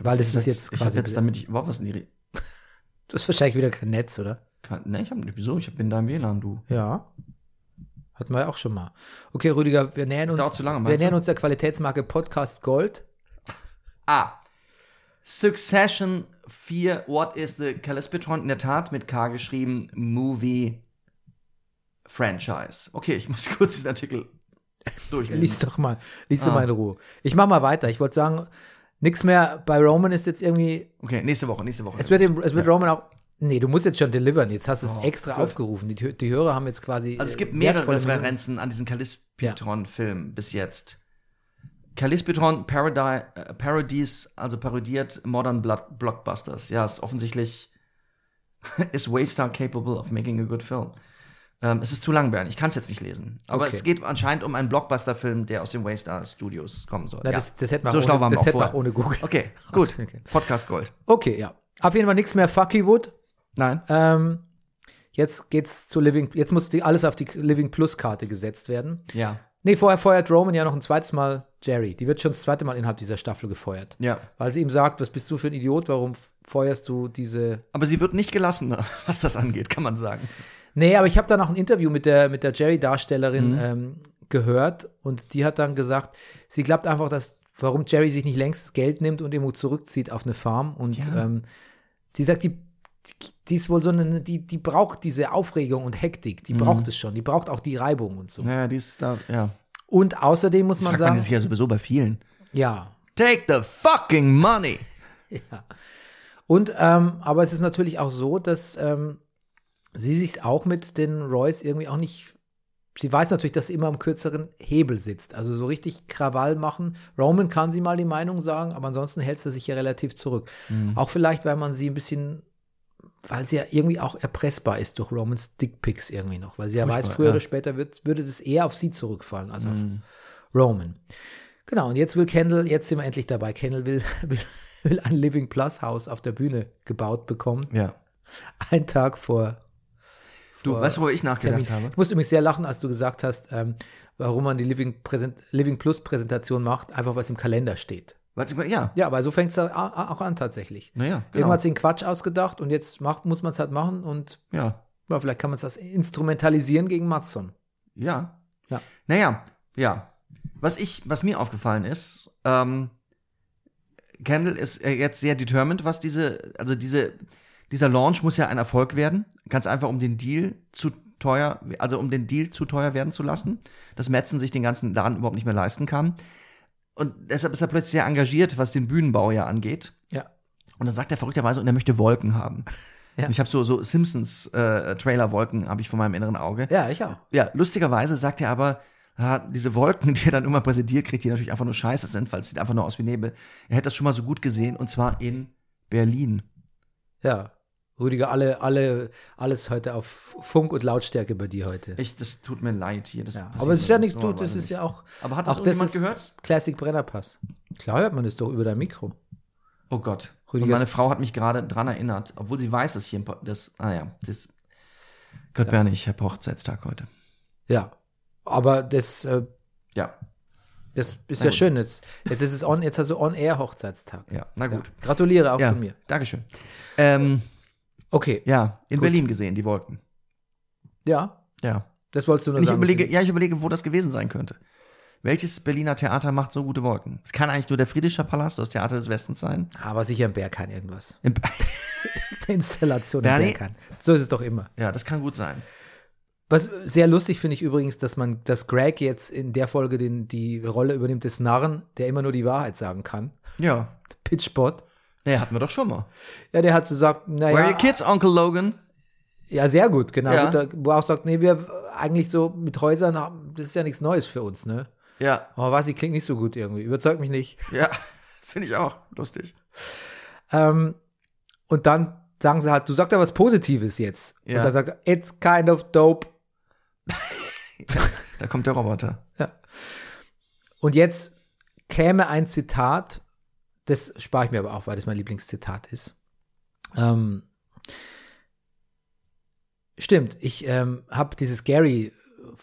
Weil das ist jetzt Ich habe quasi- jetzt, damit ich überhaupt was in die. Re- Das ist wahrscheinlich wieder kein Netz, oder? Kann, ne, ich hab, wieso? Ich bin da im WLAN, du. Ja. Hatten wir auch schon mal. Okay, Rüdiger, wir nähern dauert uns, zu lange, wir meinst nähern du? uns der Qualitätsmarke Podcast Gold. A. Succession 4, What is the Calispitron? In der Tat mit K geschrieben, Movie Franchise. Okay, ich muss [laughs] kurz diesen Artikel Lies durchlesen. doch mal, lies Ah. doch mal in Ruhe. Ich mach mal weiter. Ich wollte sagen, nichts mehr bei Roman ist jetzt irgendwie. Okay, nächste Woche, nächste Woche. Es wird, dem, es wird Roman auch. Nee, du musst jetzt schon delivern. Jetzt hast du es Oh, extra gut. aufgerufen. Die, Tö- die Hörer haben jetzt quasi. also es gibt äh, mehrere wertvolle Minuten. Referenzen an diesen Calispitron-Film bis jetzt. Calispitron Paradi äh, Parodies, also parodiert Modern Blood Blockbusters. Ja, ist offensichtlich [laughs] is Waystar capable of making a good film. Ähm, es ist zu lang, Bernd. Ich kann es jetzt nicht lesen. Aber Okay. es geht anscheinend um einen Blockbuster-Film, der aus den Waystar Studios kommen soll. Na, ja. das, das hätten wir so auch schlau ohne, waren wir das auch hätten wir auch ohne vorher. Google. Okay, gut. Okay. Podcast Gold. Okay, ja. Auf jeden Fall nichts mehr Fuckywood. Nein. Ähm, jetzt geht's zu Living. Jetzt muss die, alles auf die Living Plus Karte gesetzt werden. Ja. Nee, vorher feuert Roman ja noch ein zweites Mal Jerry. Die wird schon das zweite Mal innerhalb dieser Staffel gefeuert. Ja. Weil sie ihm sagt, was bist du für ein Idiot, warum feuerst du diese. Aber sie wird nicht gelassen, [laughs] was das angeht, kann man sagen. Nee, aber ich habe da noch ein Interview mit der, mit der Jerry-Darstellerin Mhm. ähm, gehört und die hat dann gesagt, sie glaubt einfach, dass, warum Jerry sich nicht längst das Geld nimmt und irgendwo zurückzieht auf eine Farm. Und Ja. ähm, sie sagt, die, die, die ist wohl so eine, die, die braucht diese Aufregung und Hektik, die braucht es schon, die braucht auch die Reibung und so. Mhm. Ja, die ist da, ja. Und außerdem muss Das man fragt man sagen, sich ja sowieso bei vielen. ja, Take the fucking money. [laughs] Ja. Und, ähm, aber es ist natürlich auch so, dass ähm, sie sich auch mit den Royce irgendwie auch nicht. Sie weiß natürlich, dass sie immer am kürzeren Hebel sitzt. Also so richtig Krawall machen. Roman kann sie mal die Meinung sagen, aber ansonsten hält sie sich ja relativ zurück. Mm. Mhm. Oh, Auch vielleicht, weil man sie ein bisschen, weil sie ja irgendwie auch erpressbar ist durch Romans Dickpics irgendwie noch. Weil sie ja weiß, Furchtbar, früher ja. oder später wird, würde das eher auf sie zurückfallen als Mm. auf Roman. Genau, und jetzt will Kendall, jetzt sind wir endlich dabei. Kendall will, [laughs] will, will ein Living Plus Haus auf der Bühne gebaut bekommen. Ja. Einen Tag vor Du, Vor weißt du, wo ich nachgedacht Termin. habe? Ich musste übrigens sehr lachen, als du gesagt hast, ähm, warum man die Living, Präsent Living Plus Präsentation macht, einfach weil es im Kalender steht. Weißt du, ja. Ja, aber so fängt es auch an tatsächlich. Naja, Irgendwann genau. hat sie den Quatsch ausgedacht und jetzt macht, muss man es halt machen und Ja. ja, vielleicht kann man das instrumentalisieren gegen Matson. Ja. Ja. Naja, ja. Was ich, was mir aufgefallen ist, ähm, Kendall ist äh, jetzt sehr determined, was diese, also diese, dieser Launch muss ja ein Erfolg werden. Ganz einfach, um den Deal zu teuer, also um den Deal zu teuer werden zu lassen, dass Metzen sich den ganzen Laden überhaupt nicht mehr leisten kann. Und deshalb ist er plötzlich sehr engagiert, was den Bühnenbau ja angeht. Ja. Und dann sagt er verrückterweise, und er möchte Wolken haben. [laughs] Ja. Ich habe so, so Simpsons-Trailer-Wolken habe ich vor meinem inneren Auge. Ja, ich auch. Ja, lustigerweise sagt er aber, ah, diese Wolken, [laughs] die er dann immer präsentiert kriegt, die natürlich einfach nur scheiße sind, weil es sieht einfach nur aus wie Nebel. Er hätte das schon mal so gut gesehen und zwar in Berlin. Ja. Rüdiger, alle, alle, alles heute auf Funk und Lautstärke bei dir heute. Ich, das tut mir leid hier. Das ja. passiert Aber es ist ja mir nichts, du, das normalerweise ist ja auch. nicht. Aber hat das Auch das irgendjemand ist gehört? Classic Brennerpass. Klar hört man das doch über dein Mikro. Oh Gott. Rüdiger und meine ist- Frau hat mich gerade dran erinnert, obwohl sie weiß, dass hier ein paar, das, ah ja, das, Gott, Bernie, ich habe Hochzeitstag heute. Ja. Aber das, äh, Ja, das ist Na ja gut. schön. Jetzt, jetzt ist es on, jetzt hast du On-Air-Hochzeitstag. ja, na gut. Ja. Gratuliere auch Ja, von mir. Dankeschön. Ähm, Okay, ja, in Gut. Berlin gesehen, die Wolken. ja. Ja. Das wolltest du nur Und ich sagen. überlege, ja, ich überlege, wo das gewesen sein könnte. Welches Berliner Theater macht so gute Wolken? Es kann eigentlich nur der Friedrichscher Palast oder das Theater des Westens sein. Aber sicher im Berghain irgendwas. [laughs] Im- Eine Installation im Bernie? Berghain. So ist es doch immer. [laughs] Ja, das kann gut sein. Was sehr lustig finde ich übrigens, dass man, dass Greg jetzt in der Folge den, die Rolle übernimmt des Narren, der immer nur die Wahrheit sagen kann. [laughs] Ja. Pitchbot. Naja, hatten wir doch schon mal. Ja, der hat so gesagt, Where are naja, your kids, Uncle Logan? Ja, sehr gut, genau. Ja. Gut, da- wo er auch sagt, nee, wir eigentlich so mit Häusern, haben- das ist ja nichts Neues für uns, ne? Ja, Aber was, die klingt nicht so gut irgendwie, überzeugt mich nicht. ja. [laughs] Finde ich auch lustig. Ähm, und dann sagen sie halt, du sagst ja was Positives jetzt. Ja. Und dann sagt er, it's kind of dope. Da kommt der Roboter. Und jetzt käme ein Zitat, das spare ich mir aber auch, weil das mein Lieblingszitat ist. Ähm, stimmt, ich ähm, habe dieses Gary,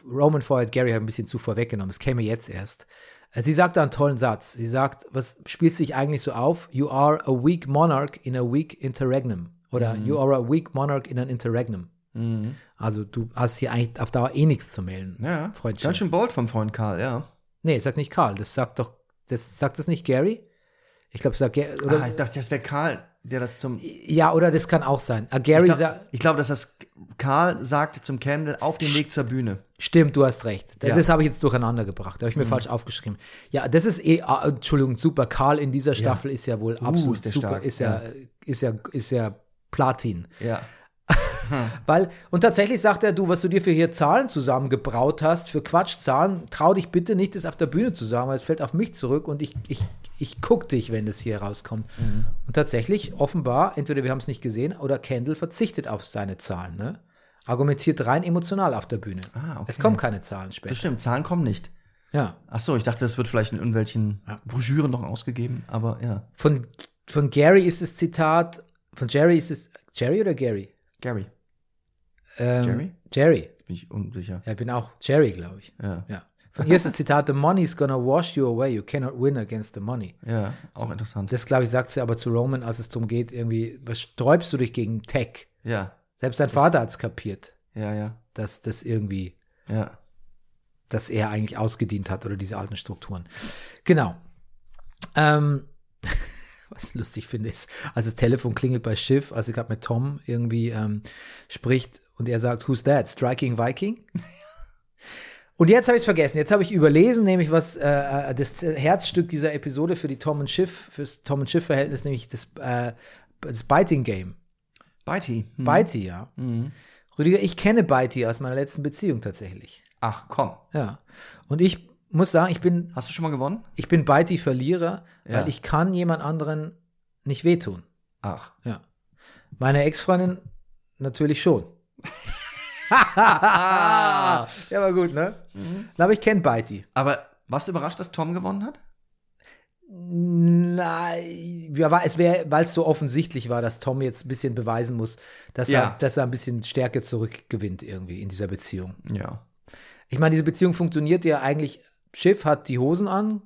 Roman Ford Gary hab ich ein bisschen zu vorweggenommen, es käme jetzt erst. Äh, Sie sagt da einen tollen Satz. Sie sagt, was spielst du dich eigentlich so auf? You are a weak monarch in a weak interregnum. Oder you are a weak monarch in an interregnum. Also du hast hier eigentlich auf Dauer eh nichts zu melden. Ja, Freundchen. ganz schön bold vom Freund Karl, ja. Nee, sagt nicht Karl. Das sagt doch, das sagt das nicht Gary? Ich glaube, sagt Gary. Oder, Ah, ich dachte, das wäre Karl, der das zum. Ich, ja, oder das kann auch sein. Ah, Gary glaub- sagt, ich glaube, dass das Karl sagte zum Campbell auf dem Weg zur Bühne. stimmt, du hast recht. Das, Ja. Mhm. das habe ich jetzt durcheinander gebracht. Da habe ich mir falsch aufgeschrieben. Ja, das ist eh, ah, Entschuldigung, super. Karl in dieser Staffel ist ja wohl absolut Uh, ist der super. stark, Ist ja, ist ja, ist ja Platin. Ja. Weil, und tatsächlich sagt er, du, was du dir für hier Zahlen zusammengebraut hast, für Quatschzahlen, trau dich bitte nicht, das auf der Bühne zu sagen, weil es fällt auf mich zurück und ich, ich, ich guck dich, wenn das hier rauskommt. Mhm. Und tatsächlich, offenbar, entweder wir haben es nicht gesehen oder Kendall verzichtet auf seine Zahlen, ne? Argumentiert rein emotional auf der Bühne. Ah, okay. Es kommen keine Zahlen Das später. stimmt, Zahlen kommen nicht. Ja. Ach so, ich dachte, das wird vielleicht in irgendwelchen Broschüren noch ausgegeben, aber ja. Von, von Gary ist das Zitat, von Jerry ist es, Jerry oder Gary? Gary, Ähm, Jerry? Jerry. bin ich unsicher. Ja, ich bin auch Jerry, glaube ich. Ja. Ja. Von ihr ist das Zitat, The money is gonna wash you away, you cannot win against the money. Ja, auch interessant. Das, glaube ich, sagt sie aber zu Roman, als es darum geht, irgendwie, was sträubst du dich gegen Tech? ja, Selbst sein Vater hat es kapiert, ja, ja, dass das irgendwie, ja. dass er eigentlich ausgedient hat oder diese alten Strukturen. Genau. Ähm, [laughs] was ich lustig finde ist, als das Telefon klingelt bei Schiff, als er gerade mit Tom irgendwie ähm, spricht und er sagt, who's that? Striking Viking? [laughs] Und jetzt habe ich es vergessen. Jetzt habe ich überlesen, nämlich was äh, das Herzstück dieser Episode für die Tom und Schiff, fürs Tom und Schiff Verhältnis, nämlich das, äh, das Biting Game. Beiti. Hm. Beiti, ja. Rüdiger, ich kenne Beiti aus meiner letzten Beziehung tatsächlich. Ach komm, Ja. Und ich muss sagen, ich bin, hast du schon mal gewonnen? ich bin Beiti-Verlierer, Ja. weil ich kann jemand anderen nicht wehtun. Ach. Ja. Meine Ex-Freundin natürlich [laughs] schon. ja, war gut, ne? Mhm. Aber ich kenne Beiti. Aber warst du überrascht, dass Tom gewonnen hat? Nein, ja, war- es wäre, weil es so offensichtlich war, dass Tom jetzt ein bisschen beweisen muss, dass, Ja. er, dass er ein bisschen Stärke zurückgewinnt irgendwie in dieser Beziehung. Ja. Ich meine, diese Beziehung funktioniert ja eigentlich, Schiff hat die Hosen an,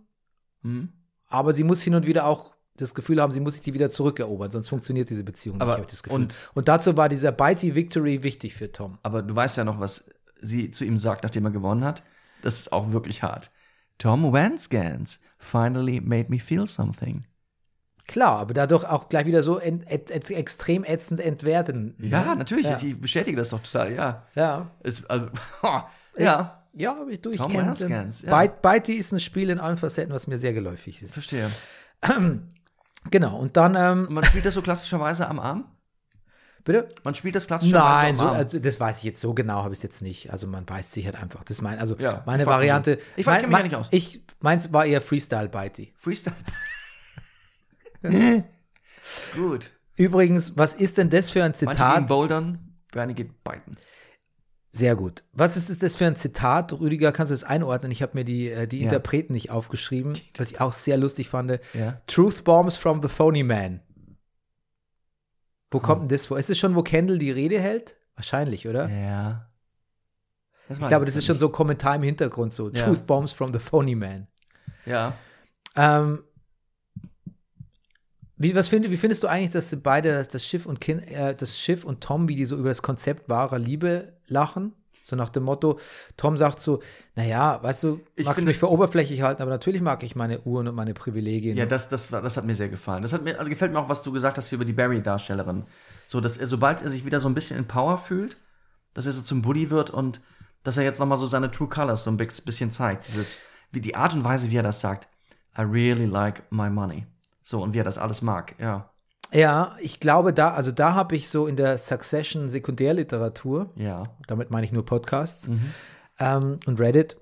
Hm. aber sie muss hin und wieder auch das Gefühl haben, sie muss sich die wieder zurückerobern, sonst funktioniert diese Beziehung Aber- nicht, habe ich das Gefühl. und- und dazu war dieser Bitey Victory wichtig für Tom. Aber du weißt ja noch, was sie zu ihm sagt, nachdem er gewonnen hat. Das ist auch wirklich hart. Tom Wanskans finally made me feel something. Klar, aber dadurch auch gleich wieder so en- et- et- extrem ätzend entwerten. ne? Ja, natürlich. Ja. Ich bestätige das doch total. Ja. Ja. Es, also, [laughs] ja, Ja, ich, du, ich Tom kenn- Haskins, ähm, ja. Bite- Bitey ist ein Spiel in allen Facetten, was mir sehr geläufig ist. [clears throat] verstehe. Genau, und dann, ähm, Und man spielt das so klassischerweise am Arm? bitte? Man spielt das klassischerweise Nein, am so, Arm? also das weiß ich jetzt so genau, habe ich es jetzt nicht. Also man beißt sich halt einfach. Das mein, also Ja, meine ich frag mich Variante. so. Ich frag- ich kenn mich mein- ja nicht aus. Ich, meins war eher Freestyle Bitey. Freestyle. [laughs] Gut. Übrigens, was ist denn das für ein Manche gehen Zitat? bouldern, Bernie geht biten. Sehr gut. Was ist das für ein Zitat, Rüdiger? Kannst du das einordnen? Ich habe mir die, äh, die Interpreten nicht aufgeschrieben, was ich auch sehr lustig fand. Ja. Truth Bombs from the Phony Man. Hm. Wo kommt denn das vor? Ist es schon, wo Kendall die Rede hält? Wahrscheinlich, oder? Ja. Das Ich glaube, das ist schon so ein Kommentar im Hintergrund so. Ja. Truth Bombs from the Phony Man. Ja. Ähm, wie, was find, wie findest du eigentlich, dass sie beide, dass das Schiff und Kin, äh, das Schiff und Tom, wie die so über das Konzept wahrer Liebe lachen? So nach dem Motto, Tom sagt so, naja, weißt du, Ich magst du finde- mich für oberflächlich halten, aber natürlich mag ich meine Uhren und meine Privilegien. Ja, das, das, war- das hat mir sehr gefallen. Das hat mir, also gefällt mir auch, was du gesagt hast hier über die Barry-Darstellerin. So, dass er, sobald er sich wieder so ein bisschen in Power fühlt, dass er so zum Bully wird und dass er jetzt nochmal so seine True Colors so ein bi- bisschen zeigt. Dieses, wie die Art und Weise, wie er das sagt. I really like my money. So, und wie er das alles mag, ja. ja, ich glaube da, also da habe ich so in der Succession Sekundärliteratur, Ja. Mhm. damit meine ich nur Podcasts ähm, und Reddit,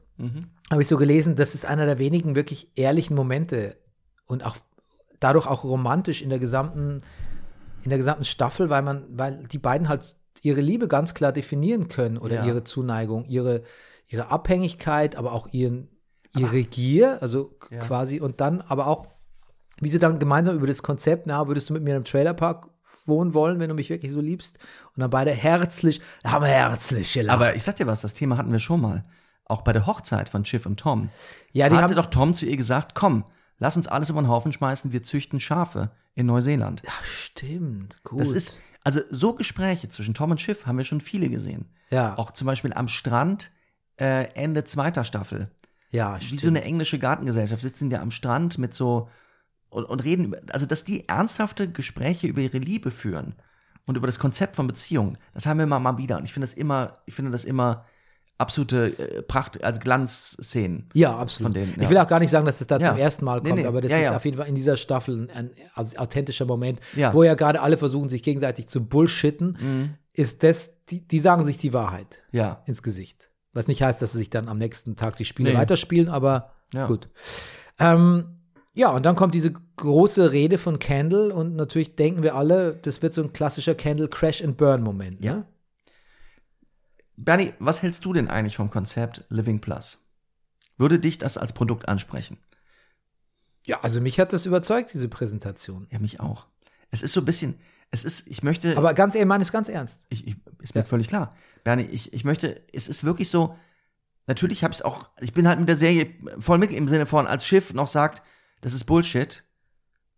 habe ich so gelesen, das ist einer der wenigen wirklich ehrlichen Momente und auch dadurch auch romantisch in der gesamten, in der gesamten Staffel, weil man, weil die beiden halt ihre Liebe ganz klar definieren können oder Ja. ihre Zuneigung, ihre, ihre Abhängigkeit, aber auch ihren, ihre Gier, also Ja. quasi, und dann aber auch, wie sie dann gemeinsam über das Konzept, na, würdest du mit mir in einem Trailerpark wohnen wollen, wenn du mich wirklich so liebst? Und dann beide herzlich, da haben wir herzlich gelacht. Aber ich sag dir was, das Thema hatten wir schon mal. Auch bei der Hochzeit von Schiff und Tom. ja, die haben, hatte doch Tom zu ihr gesagt, komm, lass uns alles über den Haufen schmeißen, wir züchten Schafe in Neuseeland. Ach, stimmt, gut. Das ist, Also so Gespräche zwischen Tom und Schiff haben wir schon viele gesehen. Ja. Auch zum Beispiel am Strand äh, Ende zweiter Staffel. Ja, Wie so eine englische Gartengesellschaft sitzen wir am Strand mit so und, und reden über, also dass die ernsthafte Gespräche über ihre Liebe führen und über das Konzept von Beziehungen, das haben wir immer mal wieder. Und ich finde das immer, ich finde das immer absolute äh, Pracht, also Glanzszenen. Ja, absolut. Von denen, ja. Ich will auch gar nicht sagen, dass es da Ja. zum ersten Mal Nee, kommt, nee. aber das Ja, ist ja. auf jeden Fall in dieser Staffel ein, ein also authentischer Moment, Ja. Mhm. wo ja gerade alle versuchen, sich gegenseitig zu bullshitten. Ist das, die, die sagen sich die Wahrheit Ja. ins Gesicht. Was nicht heißt, dass sie sich dann am nächsten Tag die Spiele Nee. weiterspielen, aber Ja. gut. Ähm, ja, und dann kommt diese große Rede von Candle und natürlich denken wir alle, das wird so ein klassischer Candle Crash and Burn Moment. Ja. Ne? Bernie, was hältst du denn eigentlich vom Konzept Living Plus? Würde dich das als Produkt ansprechen? ja, also mich hat das überzeugt, diese Präsentation. Ja, mich auch. Es ist so ein bisschen, es ist, ich möchte. Aber ganz ehrlich, meine es ganz ernst. Ich, ich, ist mir Ja. völlig klar. Bernie, ich, ich möchte, es ist wirklich so, natürlich habe ich es auch, ich bin halt mit der Serie voll mit im Sinne von, als Schiff noch sagt, das ist Bullshit.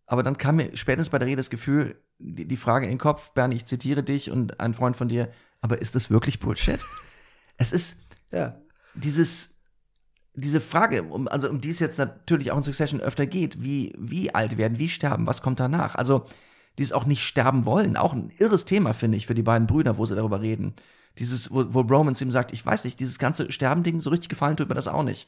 Aber dann kam mir spätestens bei der Rede das Gefühl, die, die Frage in den Kopf, Bernie, ich zitiere dich und einen Freund von dir, aber ist das wirklich Bullshit? es ist Ja. dieses, diese Frage, um, also um die es jetzt natürlich auch in Succession öfter geht, wie, wie alt werden, wie sterben, was kommt danach? Also, dieses auch nicht sterben wollen, auch ein irres Thema, finde ich, für die beiden Brüder, wo sie darüber reden. Dieses, wo, wo Romans ihm sagt, ich weiß nicht, dieses ganze Sterben-Ding, so richtig gefallen tut mir das auch nicht.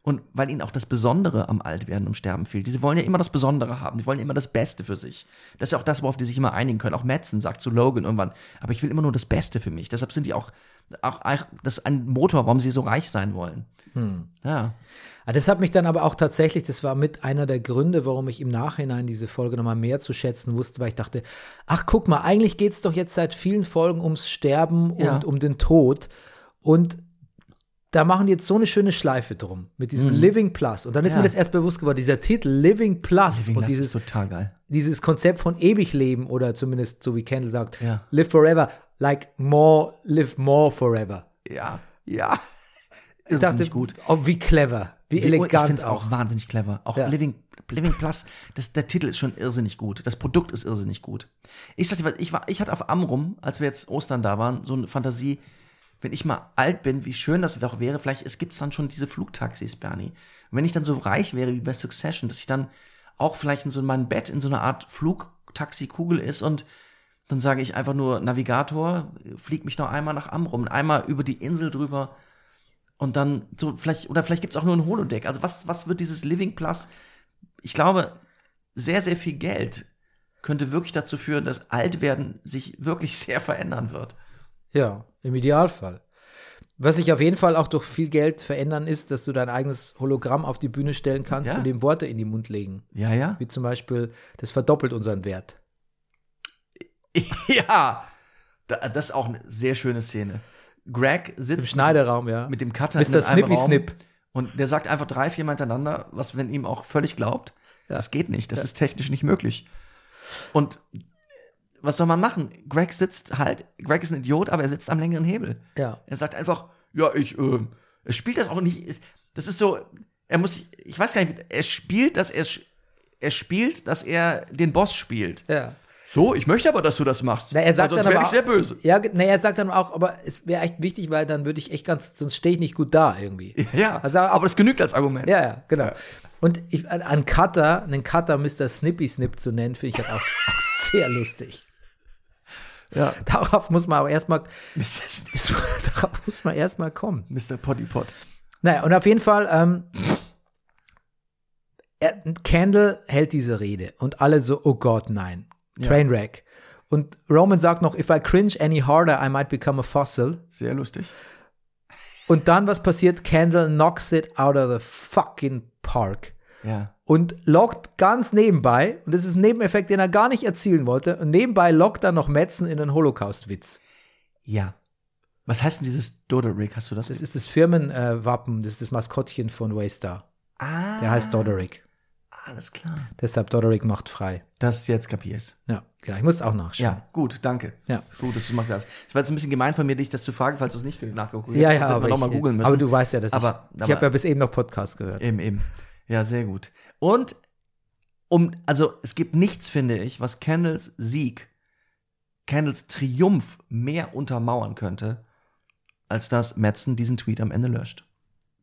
Und weil ihnen auch das Besondere am Altwerden und Sterben fehlt. Diese wollen ja immer das Besondere haben. Die wollen immer das Beste für sich. Das ist ja auch das, worauf die sich immer einigen können. Auch Madsen sagt zu Logan irgendwann, aber ich will immer nur das Beste für mich. Deshalb sind die auch, auch das ist ein Motor, warum sie so reich sein wollen. Hm. Ja. Ah, Das hat mich dann aber auch tatsächlich, das war mit einer der Gründe, warum ich im Nachhinein diese Folge nochmal mehr zu schätzen wusste, weil ich dachte, ach guck mal, eigentlich geht es doch jetzt seit vielen Folgen ums Sterben und Ja. um den Tod. Und da machen die jetzt so eine schöne Schleife drum mit diesem Living Plus. Und dann ist Mhm. Ja. mir das erst bewusst geworden, dieser Titel Living Plus Deswegen, und das ist dieses, total geil. dieses Konzept von ewig leben oder zumindest so wie Kendall sagt, Ja. live forever, like more, live more forever. Ja. Ja. Ich dachte, Irrsinnig gut. Oh, wie clever, wie, Ich elegant find's auch. auch wahnsinnig clever. Auch Ja. Living, Living Plus, das, der Titel ist schon irrsinnig gut. Das Produkt ist irrsinnig gut. Ich sagte, ich war, ich hatte auf Amrum, als wir jetzt Ostern da waren, so eine Fantasie, wenn ich mal alt bin, wie schön das doch wäre, vielleicht es gibt's dann schon diese Flugtaxis, Bernie. Und wenn ich dann so reich wäre wie bei Succession, dass ich dann auch vielleicht in so meinem Bett in so einer Art Flugtaxikugel ist und dann sage ich einfach nur Navigator, flieg mich noch einmal nach Amrum, einmal über die Insel drüber und dann so vielleicht, oder vielleicht gibt's auch nur ein Holodeck. Also was, was wird dieses Living Plus? Ich glaube, sehr, sehr viel Geld könnte wirklich dazu führen, dass Altwerden sich wirklich [laughs] sehr verändern wird. Ja, im Idealfall. Was sich auf jeden Fall auch durch viel Geld verändern ist, dass du dein eigenes Hologramm auf die Bühne stellen kannst Ja. und dem Worte in den Mund legen. Ja, ja. Wie zum Beispiel, das verdoppelt unseren Wert. ja. Da- Das ist auch eine sehr schöne Szene. Greg sitzt Im Schneiderraum, ja. mit dem Cutter Mr. einem Snippy Snip. und der sagt einfach drei, vier Mal hintereinander, was wenn ihm auch völlig glaubt. Ja. Das geht nicht, das ist technisch nicht möglich. Und was soll man machen? Greg sitzt halt, Greg ist ein Idiot, aber er sitzt am längeren Hebel. Ja. Er sagt einfach, ja, ich, äh, er spielt das auch nicht. es- Das ist so, er muss, ich weiß gar nicht, er spielt, dass er, sch- er spielt, dass er den Boss spielt. ja. So, ich möchte aber, dass du das machst. Na, er sagt weil sonst dann wäre aber ich auch- sehr böse. [laughs] Ja, ge- na, er sagt dann auch, aber es wäre echt wichtig, weil dann würde ich echt ganz, sonst stehe ich nicht gut da irgendwie. Ja, Also, aber das genügt als Argument. Ja, ja, genau. Und ich, an, an Cutter, einen Cutter Mr. Snippy Snip zu nennen, finde ich halt auch, auch sehr lustig. Ja. Darauf muss man aber erstmal, [laughs] Mr. darauf muss man erstmal kommen. Mr. Pottypot. Naja, und auf jeden Fall, ähm, er, Candle hält diese Rede und alle so, oh Gott, nein. Trainwreck. Und Roman sagt noch, if I cringe any harder, I might become a fossil. Sehr lustig. Und dann, was passiert? Candle knocks it out of the fucking park. Ja. Und lockt ganz nebenbei, und das ist ein Nebeneffekt, den er gar nicht erzielen wollte, und nebenbei lockt er noch Metzen in den Holocaust-Witz. Ja. Was heißt denn dieses Doderick? Hast du das? Das ist das Firmenwappen, äh, Wappen, das ist das Maskottchen von Waystar. ah, Der heißt Doderick. Alles klar. Deshalb Doderick macht frei. Das jetzt kapierst. Ja, genau. Ich muss auch nachschauen. Ja, gut, danke. Ja. Gut, dass du machst das. Es war jetzt ein bisschen gemein von mir, dich das zu fragen, falls du es nicht nachgeguckt hast. Ja, ja, Sonst hätten aber, wir noch mal ich, äh, googeln müssen. aber du weißt ja, dass Aber- ich, ich aber- habe ja bis eben noch Podcast gehört. Eben, eben. Ja, sehr gut. Und um, also es gibt nichts, finde ich, was Candles Sieg Candles Triumph mehr untermauern könnte, als dass Metzen diesen Tweet am Ende löscht.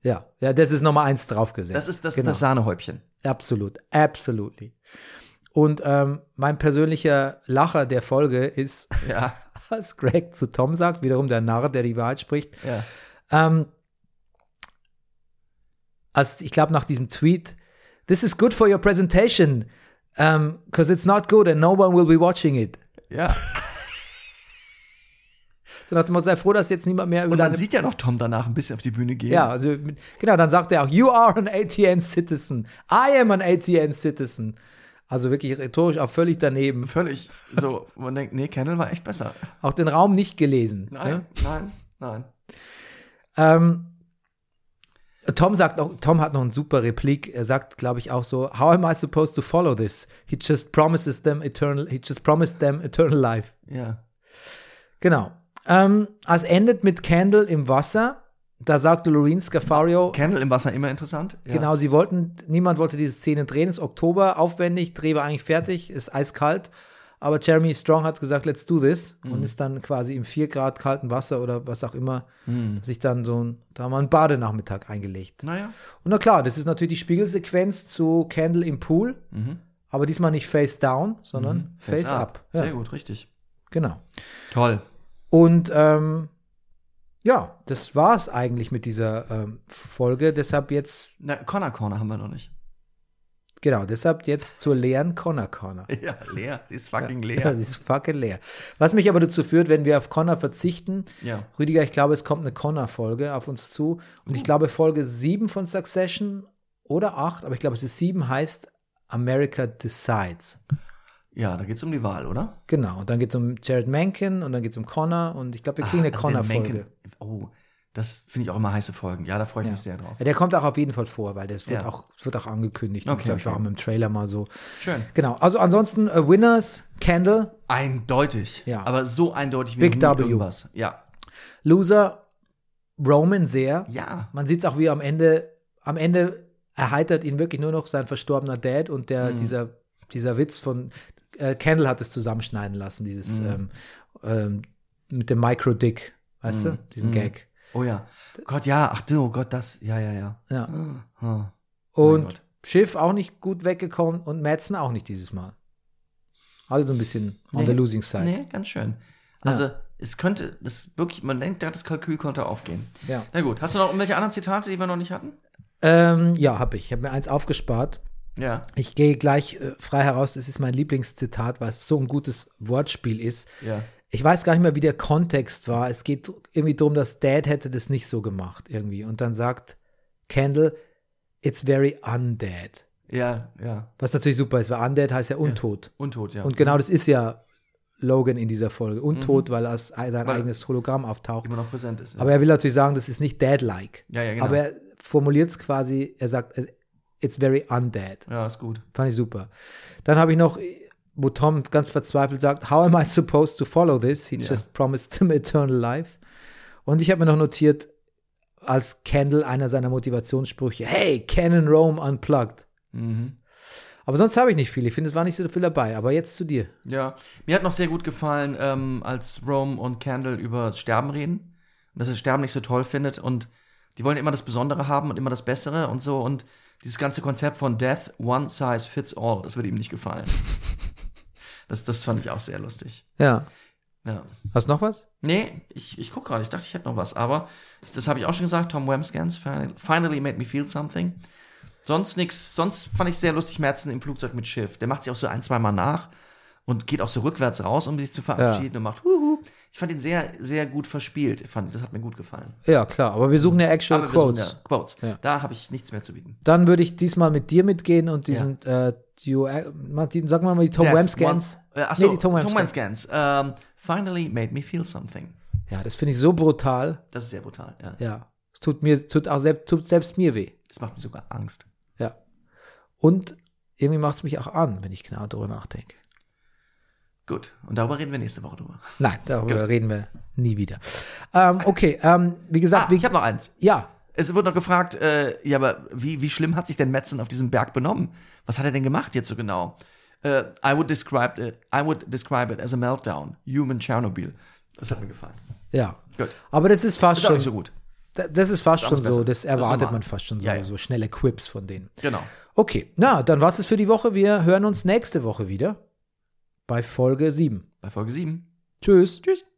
Ja, ja, das ist Nummer eins draufgesetzt. Das ist das, Genau. das Sahnehäubchen. Absolut, absolutely. Und ähm, mein persönlicher Lacher der Folge ist, [laughs] Ja, als Greg zu Tom sagt, wiederum der Narr, der die Wahrheit spricht, ja. ähm, als ich glaube nach diesem Tweet, this is good for your presentation, um, cause it's not good and no one will be watching it. ja. So nach dem Motto, sei froh, dass jetzt niemand mehr über Und man deine sieht ja noch Tom danach ein bisschen auf die Bühne gehen. Ja, also mit- genau, dann sagt er auch, you are an ATN Citizen. I am an ATN Citizen. Also wirklich rhetorisch auch völlig daneben. [laughs] Völlig so. Man denkt, nee, Candle war echt besser. Ne? Auch den Raum nicht gelesen. ne? Nein, nein, nein. Ähm, Tom sagt noch, Tom hat noch eine super Replik. Er sagt, glaube ich, auch so, how am I supposed to follow this? He just promises them eternal, he just promised them eternal life. Ja. Genau. Ähm, es endet mit Candle im Wasser. Da sagt Lorene Scafario, Candle im Wasser immer interessant. Ja. Genau, sie wollten, niemand wollte diese Szene drehen. Es ist Oktober, aufwendig, Dreh war eigentlich fertig, ist eiskalt. Aber Jeremy Strong hat gesagt, let's do this. Mhm. Und ist dann quasi im 4 Grad kalten Wasser oder was auch immer, Hm. sich dann so ein, da haben wir einen Badenachmittag eingelegt. Naja. Und na klar, das ist natürlich die Spiegelsequenz zu Candle im Pool. Mhm. Aber diesmal nicht face down, sondern face, up. Ja, Sehr gut, richtig. Genau. Toll. Und ähm, ja, das war es eigentlich mit dieser ähm, Folge. Deshalb jetzt Na, Connor Corner haben wir noch nicht. [laughs] Genau, deshalb jetzt zur leeren Connor Corner. Ja, leer. Sie ist fucking [laughs] Das ist fucking leer. Was mich aber dazu führt, wenn wir auf Connor verzichten, Ja. Rüdiger, ich glaube, es kommt eine Connor-Folge auf uns zu. Und Mhm. ich glaube, Folge 7 von Succession oder 8, aber ich glaube, es ist 7, heißt America Decides. Ja, da geht's um die Wahl, oder? Genau, und dann geht es um Jared Mankin und dann geht es um Connor und ich glaube, wir kriegen eine Ah, also den Connor-Folge. Mencken- Oh, das finde ich auch immer heiße Folgen. Ja, da freue ich mich sehr drauf. Ja, Äh, der kommt auch auf jeden Fall vor, weil das wird, Ja. auch, das wird auch angekündigt. Okay, ich glaube, ich war okay. auch mit dem Trailer mal so. Schön. Genau, also ansonsten äh, Winners, Candle, Eindeutig. Ja. Aber so eindeutig wie Big noch W. nie irgendwas. Ja. Loser, Roman sehr. Ja. Man sieht es auch, wie er am Ende, am Ende erheitert ihn wirklich nur noch sein verstorbener Dad und der, Mhm. dieser, dieser Witz von äh, Kendall hat es zusammenschneiden lassen, dieses Mhm. ähm, ähm, mit dem Micro-Dick, weißt Mhm. du, diesen Gag. Oh ja. Gott, ja. Ach du, oh Gott, das. Ja, ja, ja. Ja. Hm. Gott. Und Schiff auch nicht gut weggekommen und Madsen auch nicht dieses Mal. Alle so ein bisschen on Nee. the losing side. Nee, ganz schön. Also, es könnte, es wirklich, man denkt, das Kalkül konnte aufgehen. Ja. Na gut, hast du noch irgendwelche anderen Zitate, die wir noch nicht hatten? Ähm, ja, habe ich. Ich habe mir eins aufgespart. Ja. Ich gehe gleich äh, frei heraus. Das ist mein Lieblingszitat, weil es so ein gutes Wortspiel ist. Ja. Ich weiß gar nicht mehr, wie der Kontext war. Es geht irgendwie darum, dass Dad hätte das nicht so gemacht irgendwie. Und dann sagt Kendall, it's very undead. Ja, ja. Was natürlich super ist, weil undead heißt ja untot. Untot, ja. Und genau das ist ja Logan in dieser Folge. Untot, weil er als- sein Mhm. Weil- eigenes Hologramm auftaucht. immer noch präsent ist. Aber er will natürlich sagen, das ist nicht Dad-like. Ja, ja, genau. Aber er formuliert es quasi, er sagt, it's very undead. genau. ja, ist gut. Fand ich super. Dann habe ich noch, wo Tom ganz verzweifelt sagt, How am I supposed to follow this? He Ja. just promised him eternal life. Und ich habe mir noch notiert, als Kendall einer seiner Motivationssprüche, Hey, Canon Rome unplugged. Mhm. Aber sonst habe ich nicht viel. Ich finde, es war nicht so viel dabei. Aber jetzt zu dir. Ja. Mir hat noch sehr gut gefallen, ähm, als Rome und Candle über das Sterben reden. Und dass er Sterben nicht so toll findet. Und die wollen immer das Besondere haben und immer das Bessere und so. Und dieses ganze Konzept von Death, One Size Fits All, das würde ihm nicht gefallen. das, das fand ich auch sehr lustig. Ja. Ja. Hast du noch was? Nee, ich, ich gucke gerade. Ich dachte, ich hätte noch was. Aber das habe ich auch schon gesagt. Tom Wamscans, fin- finally made me feel something. Sonst nix. Sonst fand ich sehr lustig Merzen im Flugzeug mit Schiff. Der macht sich auch so ein, zweimal nach und geht auch so rückwärts raus, um sich zu verabschieden und macht huhu. Ich fand ihn sehr, sehr gut verspielt. Ich Fand, das hat mir gut gefallen. Ja, klar. Aber wir suchen ja Actual Aber wir suchen Quotes. ja Quotes. Ja. Da habe ich nichts mehr zu bieten. Dann würde ich diesmal mit dir mitgehen und diesen, äh, Duo- äh, Martin, sagen wir mal die Tom Death, Wamscans. one- Äh, achso, Nee, die Tom Tom Wamscans. Wamscans. Ähm, finally made me feel something. Ja, das finde ich so brutal. Das ist sehr brutal. Ja. Ja, es tut mir, es tut auch selbst, tut selbst mir weh. Das macht mir sogar Angst. Ja. Und irgendwie macht es mich auch an, wenn ich genau darüber nachdenke. Gut. Und darüber reden wir nächste Woche drüber. Nein, darüber reden wir nie wieder. Ähm, okay, ähm, wie gesagt, Ah, wie, ich habe noch eins. ja, Es wurde noch gefragt, äh, ja, aber wie, wie schlimm hat sich denn Metzen auf diesem Berg benommen? Was hat er denn gemacht jetzt so genau? äh, I, would describe it, I would describe it as a meltdown. Human Chernobyl. Das hat mir gefallen. Ja. Gut. Aber das ist fast Ist auch schon. nicht so gut. da- Das ist fast schon alles so. besser. Das Das ist erwartet normal. man fast schon so. Ja, ja. So schnelle Quips von denen. Genau. Okay, na, dann war's es für die Woche. Wir hören uns nächste Woche wieder bei Folge 7. Bei Folge 7. Tschüss. Tschüss.